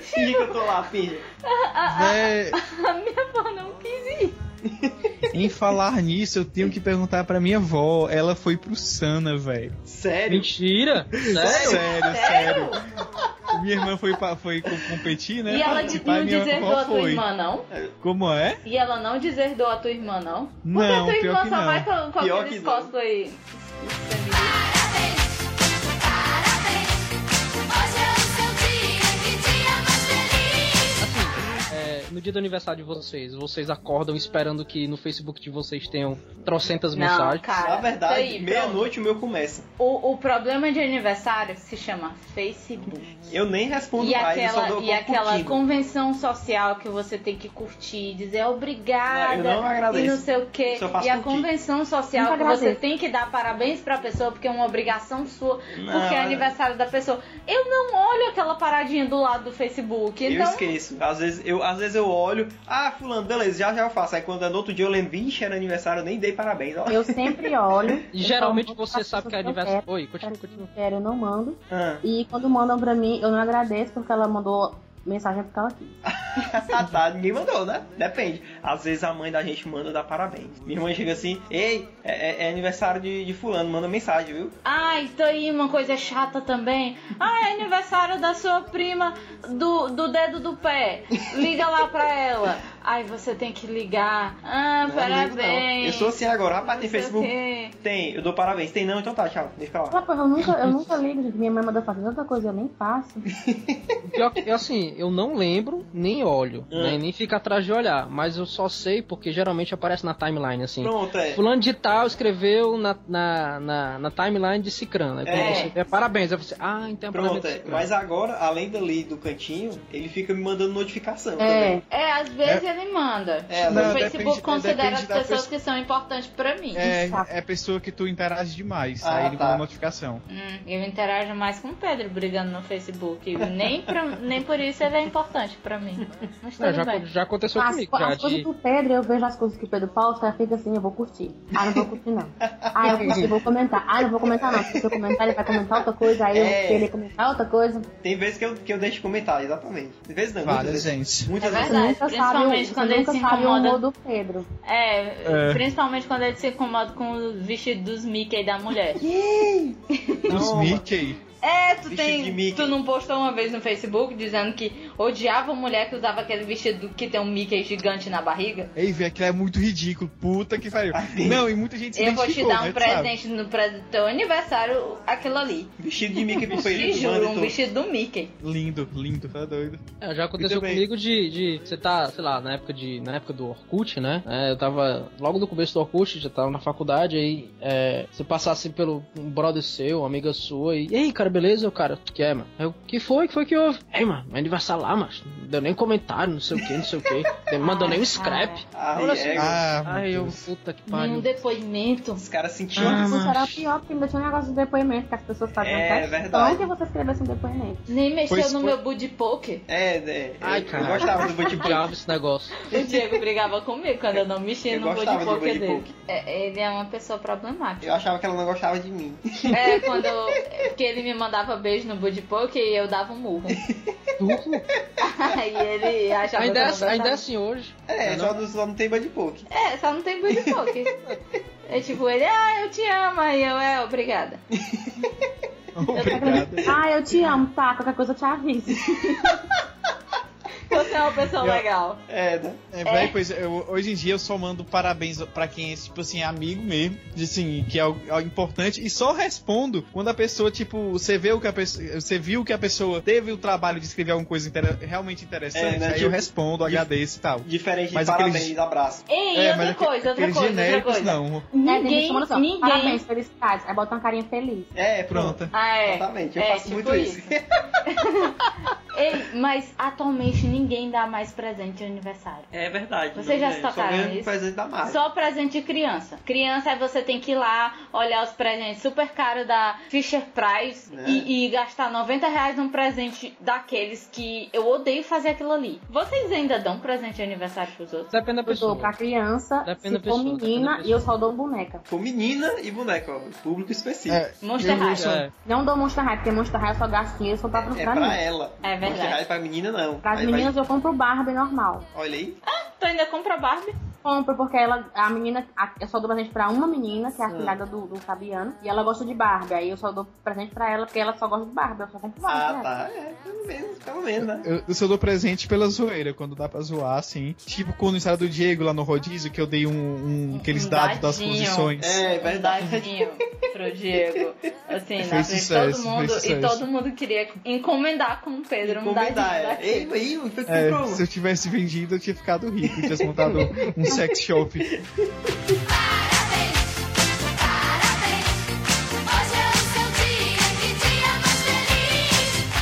Speaker 2: Finge que eu tô lá, finge.
Speaker 1: Ah,
Speaker 3: Véi,
Speaker 1: a minha avó não quis ir.
Speaker 3: Né, em falar nisso, eu tenho que perguntar pra minha avó. Ela foi pro Sana, velho.
Speaker 2: Sério?
Speaker 5: Mentira! Sério?
Speaker 3: Sério, sério. Minha irmã foi, pra- foi co- competir, né?
Speaker 1: E ela de-
Speaker 3: participar,
Speaker 1: não
Speaker 3: minha
Speaker 1: deserdou
Speaker 3: avó
Speaker 1: a tua irmã, não?
Speaker 3: Como é?
Speaker 1: E ela não deserdou a tua irmã, não? Porque
Speaker 3: Não,
Speaker 1: a tua
Speaker 3: pior
Speaker 1: irmã
Speaker 3: que
Speaker 1: só
Speaker 3: não.
Speaker 1: vai com, com
Speaker 2: Pior
Speaker 1: aqueles
Speaker 2: que não.
Speaker 1: cosplay.
Speaker 5: É, no dia do aniversário de vocês, vocês acordam esperando que no Facebook de vocês tenham trocentas
Speaker 1: Não,
Speaker 5: mensagens.
Speaker 1: cara. é
Speaker 2: Na verdade,
Speaker 1: peraí, pronto.
Speaker 2: meia-noite o meu começa.
Speaker 1: O, o problema de aniversário se chama Facebook.
Speaker 2: Eu nem respondo
Speaker 1: E
Speaker 2: mais, eu só
Speaker 1: aquela,
Speaker 2: dou
Speaker 1: e aquela
Speaker 2: curtindo.
Speaker 1: convenção social que você tem que curtir, dizer obrigada.
Speaker 2: É, Eu não
Speaker 1: e não
Speaker 2: agradeço.
Speaker 1: sei o quê.
Speaker 2: Só faço
Speaker 1: E a
Speaker 2: curtir.
Speaker 1: convenção social
Speaker 4: Nunca
Speaker 1: que você
Speaker 4: agradeço.
Speaker 1: tem que dar parabéns pra pessoa, porque é uma obrigação sua,
Speaker 2: Não,
Speaker 1: porque é aniversário da pessoa. Eu não olho aquela paradinha do lado do Facebook.
Speaker 2: Eu
Speaker 1: Então,
Speaker 2: esqueço. Às vezes eu, às vezes eu olho, ah, fulano, beleza, já já eu faço. Aí quando é no outro dia eu lembro, vixe, era aniversário, eu nem dei parabéns. Ó.
Speaker 4: Eu sempre olho.
Speaker 5: E geralmente você
Speaker 4: as
Speaker 5: sabe que é
Speaker 4: pessoas
Speaker 5: aniversário.
Speaker 4: quero,
Speaker 5: Oi,
Speaker 4: pra
Speaker 5: continua,
Speaker 4: quem
Speaker 5: continua.
Speaker 4: eu quero, eu não mando.
Speaker 2: Ah,
Speaker 4: E quando mandam pra mim, eu não agradeço porque ela mandou mensagem porque ela quis.
Speaker 2: tá, ninguém mandou, né? Depende. Às vezes a mãe da gente manda dar parabéns. Minha mãe chega assim, ei, é, é- é aniversário de, de fulano, manda mensagem, viu?
Speaker 1: ai, tô aí uma coisa chata também. Ai, é aniversário da sua prima do, do dedo do pé. Liga lá pra ela. Ai, você tem que ligar. Ah,
Speaker 2: Não,
Speaker 1: parabéns.
Speaker 2: ligo não. Eu sou assim agora. Rapaz, tem
Speaker 1: Não sei o
Speaker 2: Facebook?
Speaker 1: quê.
Speaker 2: Tem. Eu dou parabéns. Tem não? Então tá, tchau. Deixa pra lá.
Speaker 4: Ah, porra, eu nunca, eu nunca ligo, gente. Minha mãe manda fazer tanta coisa, eu nem faço.
Speaker 5: Pior que, assim, eu não lembro, nem olho,
Speaker 2: Hum.
Speaker 5: né, nem fico atrás de olhar, mas eu só sei porque geralmente aparece na timeline, assim.
Speaker 2: Pronto, é.
Speaker 5: Fulano de tal escreveu na, na, na, na timeline de Cicrano. Aí
Speaker 2: É.
Speaker 5: quando você vê, parabéns. Aí você, ah, então é parabéns
Speaker 2: Pronto,
Speaker 5: de
Speaker 2: é.
Speaker 5: Cicrano.
Speaker 2: Mas agora, além dali do cantinho, ele fica me mandando notificação
Speaker 4: É.
Speaker 2: também.
Speaker 1: É, às vezes ele manda.
Speaker 2: É,
Speaker 1: o
Speaker 2: não,
Speaker 1: Facebook
Speaker 3: depende-
Speaker 1: considera
Speaker 3: depende
Speaker 1: as
Speaker 3: da
Speaker 1: pessoas
Speaker 3: pessoa.
Speaker 1: que são importantes pra mim.
Speaker 3: É,
Speaker 4: Saco.
Speaker 3: é pessoa que tu interage demais.
Speaker 2: Ah,
Speaker 3: aí ele
Speaker 2: tá.
Speaker 3: manda uma notificação.
Speaker 1: Hum, eu interajo mais com o Pedro brigando no Facebook. Nem, pra- nem por isso ele é importante pra mim. Mas tudo
Speaker 5: É, já,
Speaker 1: bem.
Speaker 5: já aconteceu
Speaker 4: As,
Speaker 5: comigo, já,
Speaker 4: as coisas
Speaker 5: de...
Speaker 4: do Pedro, eu vejo as coisas que o Pedro posta, eu fico assim, eu vou curtir. Ah, não vou curtir não. Ah, eu curti, vou comentar. Ah, não vou comentar não. porque Se eu comentar, ele vai comentar outra coisa, aí eu
Speaker 2: É.
Speaker 4: ele comentar outra coisa.
Speaker 2: Tem vezes que eu, que eu deixo comentar, exatamente. Tem vezes não, muitas
Speaker 3: Várias,
Speaker 2: vezes.
Speaker 3: gente.
Speaker 2: Muitas
Speaker 1: É
Speaker 2: vezes.
Speaker 4: Você
Speaker 1: Verdade,
Speaker 4: nunca sabe,
Speaker 1: principalmente
Speaker 4: você
Speaker 1: quando ele
Speaker 4: nunca
Speaker 1: se
Speaker 4: sabe o humor
Speaker 1: incomoda.
Speaker 4: do Pedro.
Speaker 1: É,
Speaker 3: É.
Speaker 1: principalmente quando ele se incomoda com o vestido dos Mickey da mulher.
Speaker 3: Dos
Speaker 2: Toma.
Speaker 3: Mickey.
Speaker 1: É, tu
Speaker 2: Vestido de
Speaker 1: tem.
Speaker 2: Mickey.
Speaker 1: Tu não postou uma vez no Facebook dizendo que odiava a mulher que usava aquele vestido que tem um Mickey gigante na barriga?
Speaker 3: Ei, velho, aquilo é muito ridículo. Puta que pariu.
Speaker 2: Assim.
Speaker 3: Não, e muita gente se
Speaker 1: Eu vou te
Speaker 3: identificou,
Speaker 1: dar
Speaker 3: né,
Speaker 1: um
Speaker 3: tu sabe?
Speaker 1: presente no pre- teu aniversário, aquilo ali.
Speaker 2: Vestido de Mickey pro
Speaker 1: Te
Speaker 2: Pedro, manda
Speaker 1: juro, um
Speaker 2: tudo.
Speaker 1: vestido do Mickey.
Speaker 3: Lindo, lindo, tá doido.
Speaker 5: É, já aconteceu
Speaker 3: Muito bem.
Speaker 5: comigo de, de. Você tá, sei lá, na época de. Na época do Orkut, né? É, eu tava. Logo no começo do Orkut, já tava na faculdade, aí é, você passasse pelo um brother seu, uma amiga sua, e. E aí, cara, beleza? Eu, cara, o que é, mano? Aí Eu, que foi? que foi que houve? Ei, mano, meu aniversário lá, mano. Não deu nem comentário, não sei o que, não sei o que. Não mandou nem um scrap.
Speaker 2: Ai,
Speaker 5: Olha assim,
Speaker 2: é,
Speaker 3: Ah, meu
Speaker 5: Ai, eu,
Speaker 3: Deus.
Speaker 5: puta que
Speaker 1: Num
Speaker 5: pariu.
Speaker 1: depoimento.
Speaker 2: Os caras sentiam.
Speaker 5: Ah,
Speaker 4: Isso
Speaker 5: mas-
Speaker 4: era pior, porque ainda tinha um negócio de depoimento que as pessoas faziam
Speaker 2: É,
Speaker 4: questão
Speaker 2: verdade.
Speaker 4: que você escrevesse um depoimento.
Speaker 1: Nem mexeu
Speaker 3: Pois
Speaker 1: no
Speaker 3: foi.
Speaker 1: meu booty poke.
Speaker 2: É, é.
Speaker 5: Ai,
Speaker 2: eu, eu
Speaker 5: cara.
Speaker 2: gostava do Buddy Pop.
Speaker 5: Diabo esse negócio.
Speaker 1: O Diego brigava comigo quando eu não mexia
Speaker 2: Eu
Speaker 1: no booty
Speaker 2: gostava do
Speaker 1: poke
Speaker 2: booty
Speaker 1: dele.
Speaker 2: poke.
Speaker 1: É, ele é uma pessoa problemática.
Speaker 2: Eu achava que ela não gostava de mim.
Speaker 1: É, quando eu, é, porque ele me mandava beijo no booty poke e eu dava um murro.
Speaker 5: Uhum.
Speaker 1: Aí ele achava
Speaker 5: Ainda,
Speaker 1: que eu
Speaker 5: é,
Speaker 1: não gostava.
Speaker 5: ainda é assim hoje.
Speaker 2: É, só, não- só não tem Buddy Poke.
Speaker 1: É, só não tem booty poke. É tipo, ele, ah, eu te amo, aí eu, é, obrigada.
Speaker 3: Obrigado.
Speaker 4: Ah, eu te amo, tá? Qualquer coisa eu te aviso.
Speaker 1: Você é uma pessoa
Speaker 3: Eu-
Speaker 1: legal.
Speaker 2: É, né?
Speaker 3: É, véi, pois eu- hoje em dia eu só mando parabéns pra quem é, tipo assim, amigo mesmo, de, assim, que é algo, algo importante, e só respondo quando a pessoa, tipo, você vê o que a pessoa. Você viu que a pessoa teve o trabalho de escrever alguma coisa inter- realmente interessante,
Speaker 2: É, né,
Speaker 3: aí
Speaker 2: tipo-
Speaker 3: eu respondo, agradeço e tal.
Speaker 2: Diferente de
Speaker 3: Mas
Speaker 2: parabéns,
Speaker 3: aqueles-
Speaker 2: abraço.
Speaker 1: Ei,
Speaker 3: É, mas
Speaker 1: outra
Speaker 3: aque-
Speaker 1: coisa, outra
Speaker 3: aqueles
Speaker 1: coisa, outra
Speaker 3: genéricos,
Speaker 1: coisa.
Speaker 3: não.
Speaker 4: Ninguém,
Speaker 1: ninguém,
Speaker 4: Parabéns, felicidades. Aí bota uma carinha feliz.
Speaker 2: É, pronto.
Speaker 3: Pronto.
Speaker 1: Ah, é.
Speaker 2: Exatamente, eu
Speaker 1: É,
Speaker 2: faço
Speaker 1: tipo
Speaker 2: muito isso.
Speaker 1: Ei, mas atualmente ninguém dá mais presente de aniversário.
Speaker 2: É verdade.
Speaker 1: Vocês já se tocaram
Speaker 2: Só ganho
Speaker 1: nisso?
Speaker 2: presente da
Speaker 3: Ah.
Speaker 2: Mari.
Speaker 1: Só presente de criança. Criança aí você tem que ir lá olhar os presentes super caros da Fisher Price
Speaker 3: É.
Speaker 2: Né?
Speaker 1: e, e gastar 90 reais num presente daqueles que eu odeio fazer aquilo ali. Vocês ainda dão presente de aniversário pros outros?
Speaker 5: Depende da
Speaker 4: Eu dou
Speaker 5: é pessoa.
Speaker 4: pra criança,
Speaker 5: Depende
Speaker 4: se
Speaker 5: da
Speaker 4: for
Speaker 5: pessoa,
Speaker 4: menina,
Speaker 5: depende da
Speaker 4: e eu só dou boneca.
Speaker 2: Foi menina e boneca, ó. Público específico.
Speaker 3: É,
Speaker 1: Monster
Speaker 3: eu
Speaker 1: High.
Speaker 3: sou-
Speaker 5: É.
Speaker 4: Não dou Monster High, porque Monster High eu só gasto dinheiro, só pra, pra,
Speaker 2: É
Speaker 4: pra
Speaker 2: pra
Speaker 4: mim.
Speaker 2: ela.
Speaker 1: É verdade.
Speaker 2: Monster High pra menina, não.
Speaker 4: Para as
Speaker 2: Aí vai-
Speaker 4: meninas eu compro Barbie normal.
Speaker 2: Olha aí.
Speaker 1: Tu ainda compra Barbie?
Speaker 4: Compro porque ela, a menina, a- eu só dou presente pra uma menina, que é a filhada do, do Fabiano, e ela gosta de Barbie. Aí eu só dou presente pra ela porque ela só gosta de Barbie, eu só compro Barbie. né? pra
Speaker 2: Ah,
Speaker 4: ela.
Speaker 2: tá. É, pelo menos, pelo menos, né?
Speaker 3: Eu, eu só dou presente pela zoeira, quando dá pra zoar, assim. Tipo quando saiu do Diego lá no rodízio, que eu dei um, um- aqueles
Speaker 1: Um
Speaker 3: dados das
Speaker 1: dadinho.
Speaker 3: posições.
Speaker 2: É, verdade.
Speaker 1: dadinho pro Diego. Assim, na
Speaker 3: Fez
Speaker 1: frente de
Speaker 3: sucesso,
Speaker 1: todo mundo.
Speaker 3: fez
Speaker 1: E
Speaker 3: sucesso.
Speaker 1: todo mundo queria encomendar com o Pedro um dadinho
Speaker 2: Encomendar, é.
Speaker 1: daquele.
Speaker 2: Ei, aí, o que foi que
Speaker 3: É,
Speaker 1: tipo,
Speaker 2: comprou?
Speaker 3: se eu tivesse vendido, eu tinha ficado rico, eu tinha montado um sex shop.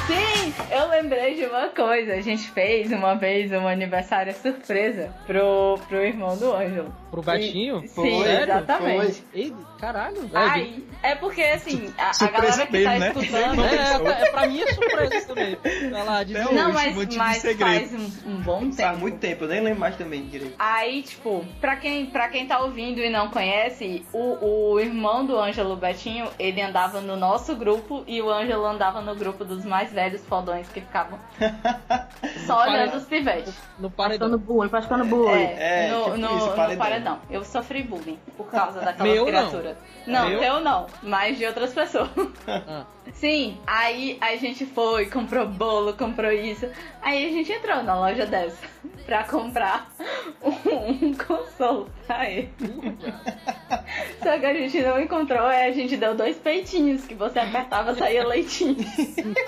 Speaker 1: Sim, eu lembrei de uma coisa. A gente fez uma vez um aniversário surpresa pro, pro irmão do Ângelo.
Speaker 5: Pro gatinho?
Speaker 1: E-
Speaker 5: Pô,
Speaker 1: Sim,
Speaker 5: sério?
Speaker 1: exatamente.
Speaker 5: Ei, caralho. É,
Speaker 1: Ai, é porque assim, a, a
Speaker 3: surpresa
Speaker 1: galera que tá
Speaker 3: dele, né?
Speaker 1: escutando.
Speaker 5: É, é, é, pra mim é surpresa também. Vai lá, diz
Speaker 3: Não,
Speaker 5: aí.
Speaker 1: Não,
Speaker 3: hoje,
Speaker 1: mas,
Speaker 3: vou te
Speaker 1: mas
Speaker 3: dizer
Speaker 1: faz um, um bom tempo.
Speaker 2: Faz muito tempo, eu nem lembro mais também direito.
Speaker 1: Aí, tipo, pra quem, pra quem tá ouvindo e não conhece, o, o irmão do Ângelo Betinho, ele andava no nosso grupo e o Ângelo andava no grupo dos mais velhos fodões que ficavam Só
Speaker 5: Parei-
Speaker 1: olhando os pivetes.
Speaker 5: No
Speaker 4: Praticando
Speaker 5: paredão.
Speaker 4: bullying, praticando bullying.
Speaker 1: É,
Speaker 2: É,
Speaker 1: no,
Speaker 2: tipo
Speaker 1: no,
Speaker 2: isso,
Speaker 1: no
Speaker 2: paredão.
Speaker 1: paredão. Eu sofri bullying por causa daquela
Speaker 5: Meu não.
Speaker 1: criatura. Não,
Speaker 5: Meu?
Speaker 1: eu não, mas de outras pessoas. Sim, aí a gente foi, comprou bolo, comprou isso. Aí a gente entrou na loja dessa pra comprar um, um consolo pra ele. Só que a gente não encontrou, aí a gente deu dois peitinhos que você apertava saía leitinho.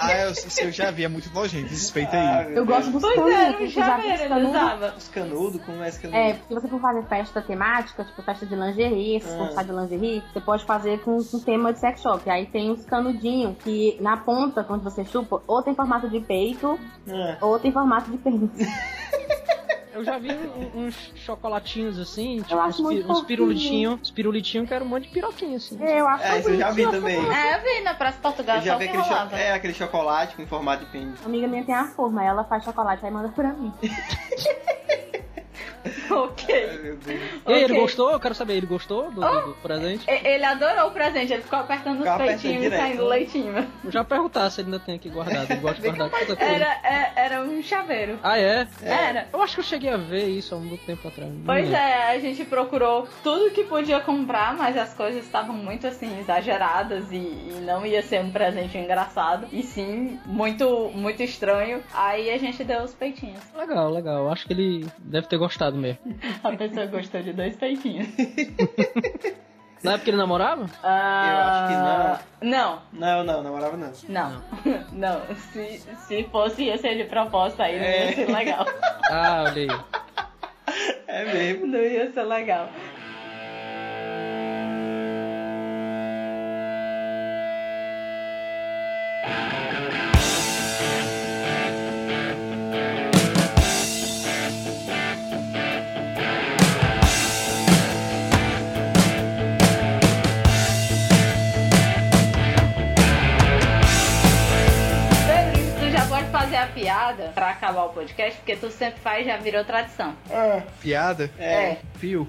Speaker 3: Ah, eu, eu já vi, é muito nojento, desrespeita
Speaker 2: Ah,
Speaker 3: aí.
Speaker 2: meu
Speaker 4: Eu
Speaker 2: Deus.
Speaker 4: gosto dos
Speaker 1: Pois é, era um
Speaker 4: canudos, já
Speaker 1: chaveiro,
Speaker 4: vi os
Speaker 1: ele
Speaker 4: canudos.
Speaker 1: usava.
Speaker 2: Os canudos, como é esse canudo?
Speaker 4: É, porque você for fazer festa temática, tipo festa de lingerie, se for
Speaker 2: Ah.
Speaker 4: de lingerie, você pode fazer com um tema de sex shop. Aí tem os canudinhos que na ponta, quando você chupa, ou tem formato de peito,
Speaker 2: Ah,
Speaker 4: ou tem formato de pênis.
Speaker 5: Eu já vi um- uns chocolatinhos assim, tipo
Speaker 4: acho
Speaker 5: uns, pi-
Speaker 4: muito
Speaker 5: uns
Speaker 4: fofinho.
Speaker 5: pirulitinhos. Uns pirulitinhos que era um monte de piroquinha, assim.
Speaker 4: Eu acho
Speaker 2: É, isso eu já vi também.
Speaker 1: É, eu vi na Praça Portugal,
Speaker 2: Eu já
Speaker 1: só
Speaker 2: vi
Speaker 1: que
Speaker 2: aquele, cho-
Speaker 1: rolava.
Speaker 2: é, aquele chocolate com formato de pênis.
Speaker 4: A amiga minha tem a forma, ela faz chocolate, aí manda pra mim.
Speaker 2: Ai,
Speaker 1: Ok.
Speaker 2: meu Deus.
Speaker 5: E aí, ele
Speaker 1: Ok.
Speaker 5: gostou? Eu quero saber, ele gostou do,
Speaker 4: Ah!
Speaker 5: do presente?
Speaker 1: E- Ele adorou o presente, ele ficou apertando os
Speaker 2: Ficava apertando
Speaker 1: peitinhos e
Speaker 2: direto. né?
Speaker 1: saindo leitinho.
Speaker 5: Eu já perguntar se ele ainda tem aqui guardado. Ele gosta de guardar tanta coisa.
Speaker 1: Era, é- era um chaveiro.
Speaker 5: Ah, é?
Speaker 1: Era.
Speaker 5: Eu acho que eu cheguei a ver isso há muito tempo atrás. não
Speaker 1: Pois
Speaker 2: Uhum.
Speaker 5: lembro.
Speaker 1: é, a gente procurou tudo que podia comprar, mas as coisas estavam muito assim, exageradas e, e não ia ser um presente engraçado. E sim, muito, muito estranho. Aí a gente deu os peitinhos.
Speaker 5: Legal, legal. Acho que ele deve ter gostado mesmo.
Speaker 1: A pessoa gostou de dois peitinhos.
Speaker 5: Na época ele namorava?
Speaker 1: Ah,
Speaker 2: acho
Speaker 1: Não,
Speaker 2: Não, não, namorava não.
Speaker 1: não. Não. Se, se fosse, ia ser de proposta aí, não ia
Speaker 2: É.
Speaker 1: ser legal.
Speaker 5: Ah, olha aí.
Speaker 2: É mesmo.
Speaker 1: Não ia ser legal. Pedro, tu já pode fazer a piada pra acabar o podcast, porque tu sempre faz, já virou tradição.
Speaker 3: Piada?
Speaker 2: É.
Speaker 3: Pio?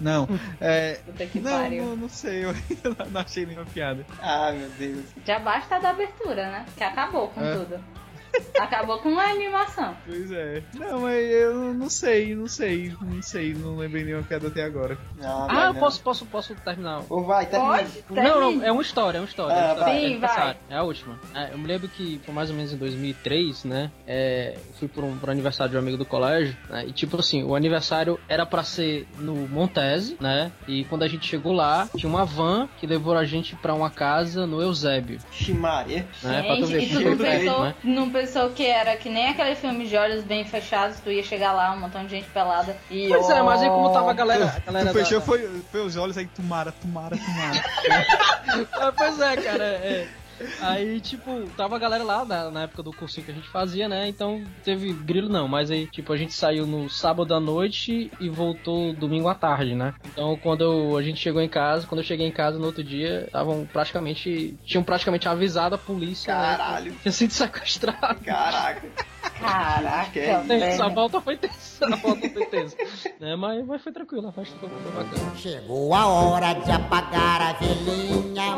Speaker 3: Não. É,
Speaker 1: Puta que
Speaker 3: não,
Speaker 1: pariu.
Speaker 3: não, não sei, eu ainda não achei nenhuma piada.
Speaker 2: Ah, meu Deus.
Speaker 1: Já basta da abertura, né? Que acabou com
Speaker 3: É.
Speaker 1: tudo. Acabou com a animação.
Speaker 3: Pois é. Não, mas eu não sei, não sei, não sei, não lembrei nenhuma piada até agora.
Speaker 2: Não,
Speaker 5: Ah,
Speaker 2: vai,
Speaker 5: eu
Speaker 2: não.
Speaker 5: posso, posso, posso terminar.
Speaker 2: Ou vai, termina.
Speaker 1: Pode?
Speaker 5: Não, não, é uma história, é uma história.
Speaker 2: Ah,
Speaker 5: é, uma história
Speaker 1: vai.
Speaker 5: de
Speaker 1: Sim, vai.
Speaker 5: aniversário. É a última. É, eu me lembro que foi mais ou menos em 2003, né? É, eu fui pro, pro aniversário de um amigo do colégio, né, E tipo assim, o aniversário era pra ser no Montese, né? E quando a gente chegou lá, tinha uma van que levou a gente pra uma casa no Eusébio,
Speaker 2: Ximaria.
Speaker 5: né? pra tu ver
Speaker 1: e
Speaker 5: como foi
Speaker 1: tu não
Speaker 2: tudo bem,
Speaker 5: perto,
Speaker 1: pensou,
Speaker 5: né?
Speaker 1: não pensou que era que nem aquele filme de olhos bem fechados, tu ia chegar lá, um montão de gente pelada e.
Speaker 5: Pois é, mas aí como tava a
Speaker 3: Tu,
Speaker 5: galera. A galera
Speaker 3: tu fechou,
Speaker 5: da-
Speaker 3: foi, foi os olhos aí, tomara, tomara, tomara.
Speaker 5: Ah, pois é, cara. é. Aí, tipo, tava a galera lá na, na época do cursinho que a gente fazia, né? Então teve grilo não, mas aí, tipo, a gente saiu no sábado à noite e voltou domingo à tarde, né? Então quando eu- a gente chegou em casa, quando eu cheguei em casa no outro dia, estavam praticamente. tinham praticamente avisado a polícia,
Speaker 2: Tá.
Speaker 5: né?
Speaker 2: Caralho.
Speaker 5: Tinha sido sequestrado. né?
Speaker 2: Caraca.
Speaker 1: Caraca,
Speaker 2: Que isso?
Speaker 1: velho.
Speaker 5: Essa volta foi tensa, a volta foi tensa. né? mas, mas foi tranquilo, a festa foi, foi bacana.
Speaker 10: Chegou a hora de apagar a velhinha.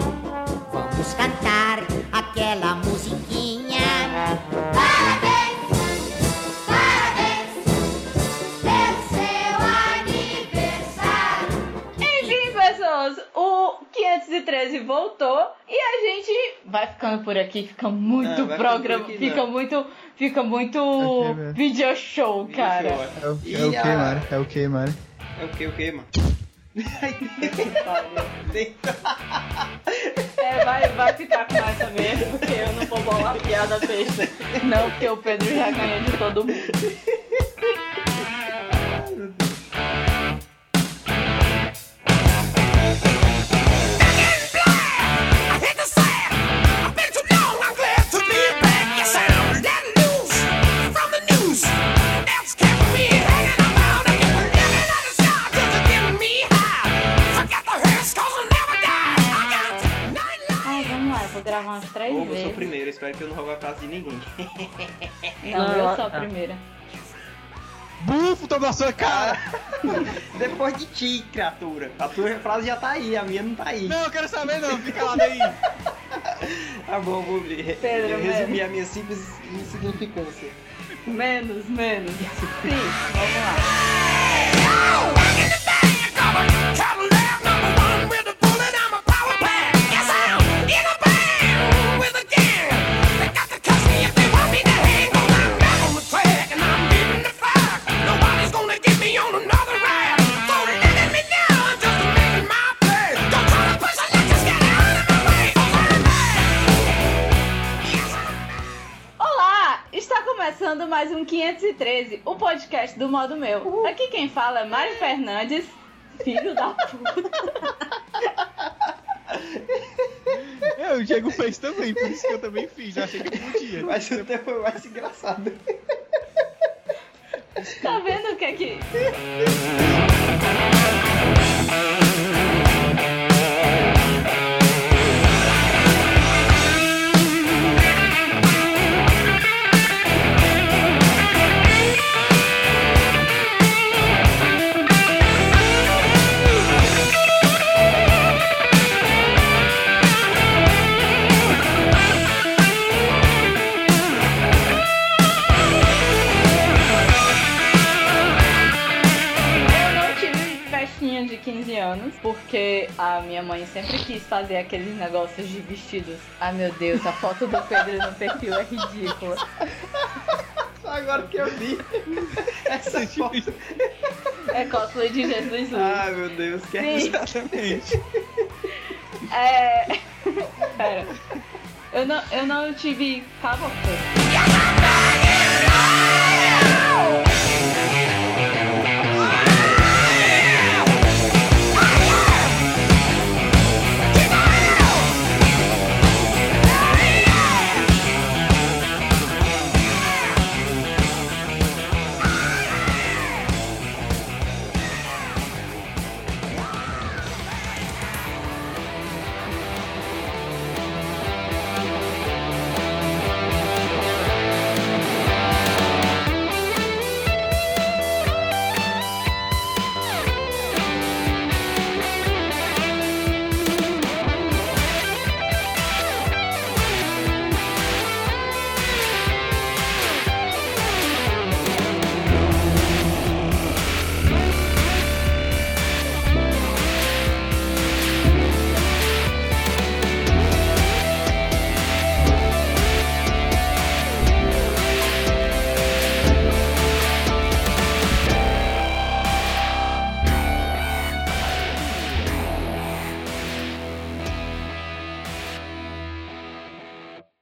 Speaker 10: Vamos cantar aquela musiquinha. Parabéns, parabéns pelo seu aniversário.
Speaker 1: Enfim, pessoas, o 513 voltou e a gente vai ficando por aqui, fica muito
Speaker 2: Não, vai ficando
Speaker 1: programa,
Speaker 2: por aqui,
Speaker 1: fica
Speaker 2: não.
Speaker 1: muito, fica muito
Speaker 3: Aqui
Speaker 5: né?
Speaker 3: mesmo.
Speaker 1: video show, cara.
Speaker 3: É o,
Speaker 2: é o quê, mano?
Speaker 3: É o que, mano?
Speaker 2: É o que, o que, mano?
Speaker 1: É, vai, vai ficar com essa mesmo, porque eu não vou bolar piada besta. Não, porque o Pedro já ganhou de todo mundo.
Speaker 9: I hate to say it, I bet you know I'm glad to be back. Yes, I'm that news from the news. That's kept me hanging around and living on the side till they're getting me high. Forget the hurts 'cause I never die. I got nine lives.
Speaker 1: Ai, vamos lá, eu vou gravar umas três
Speaker 2: Bom, eu
Speaker 1: vezes.
Speaker 2: sou o primeiro, espero que eu não roube a casa de ninguém.
Speaker 1: Não,
Speaker 5: Não,
Speaker 1: eu
Speaker 5: ela-
Speaker 1: sou a
Speaker 5: tá.
Speaker 1: primeira.
Speaker 3: Bufo, tá na sua cara!
Speaker 2: Depois de ti, criatura. A tua frase já tá aí, a minha não tá aí.
Speaker 3: Não, eu quero saber não, fica lá daí.
Speaker 2: Tá bom, vou re- re-
Speaker 1: Pedro,
Speaker 2: resumir a minha simples insignificância.
Speaker 1: Menos, menos. Sim, vamos lá. Olá! Está começando mais um 513, o podcast do modo meu. Aqui quem fala é Mário Fernandes, filho da puta.
Speaker 3: É, o Diego fez também, por isso que eu também fiz. Achei que eu podia.
Speaker 2: Mas o tempo foi mais engraçado.
Speaker 1: Tá vendo o que é que. Eu não tive festinha de 15 anos, porque a minha mãe sempre quis fazer aqueles negócios de vestidos. Ai meu Deus, a foto do Pedro no perfil é ridícula.
Speaker 2: Só agora que eu vi. Essa foto.
Speaker 1: É cosplay de Jesus Luiz.
Speaker 2: Ai, meu Deus, que é
Speaker 1: Sim.
Speaker 2: exatamente.
Speaker 1: É. Pera. Eu não, eu não tive. Cala a boca.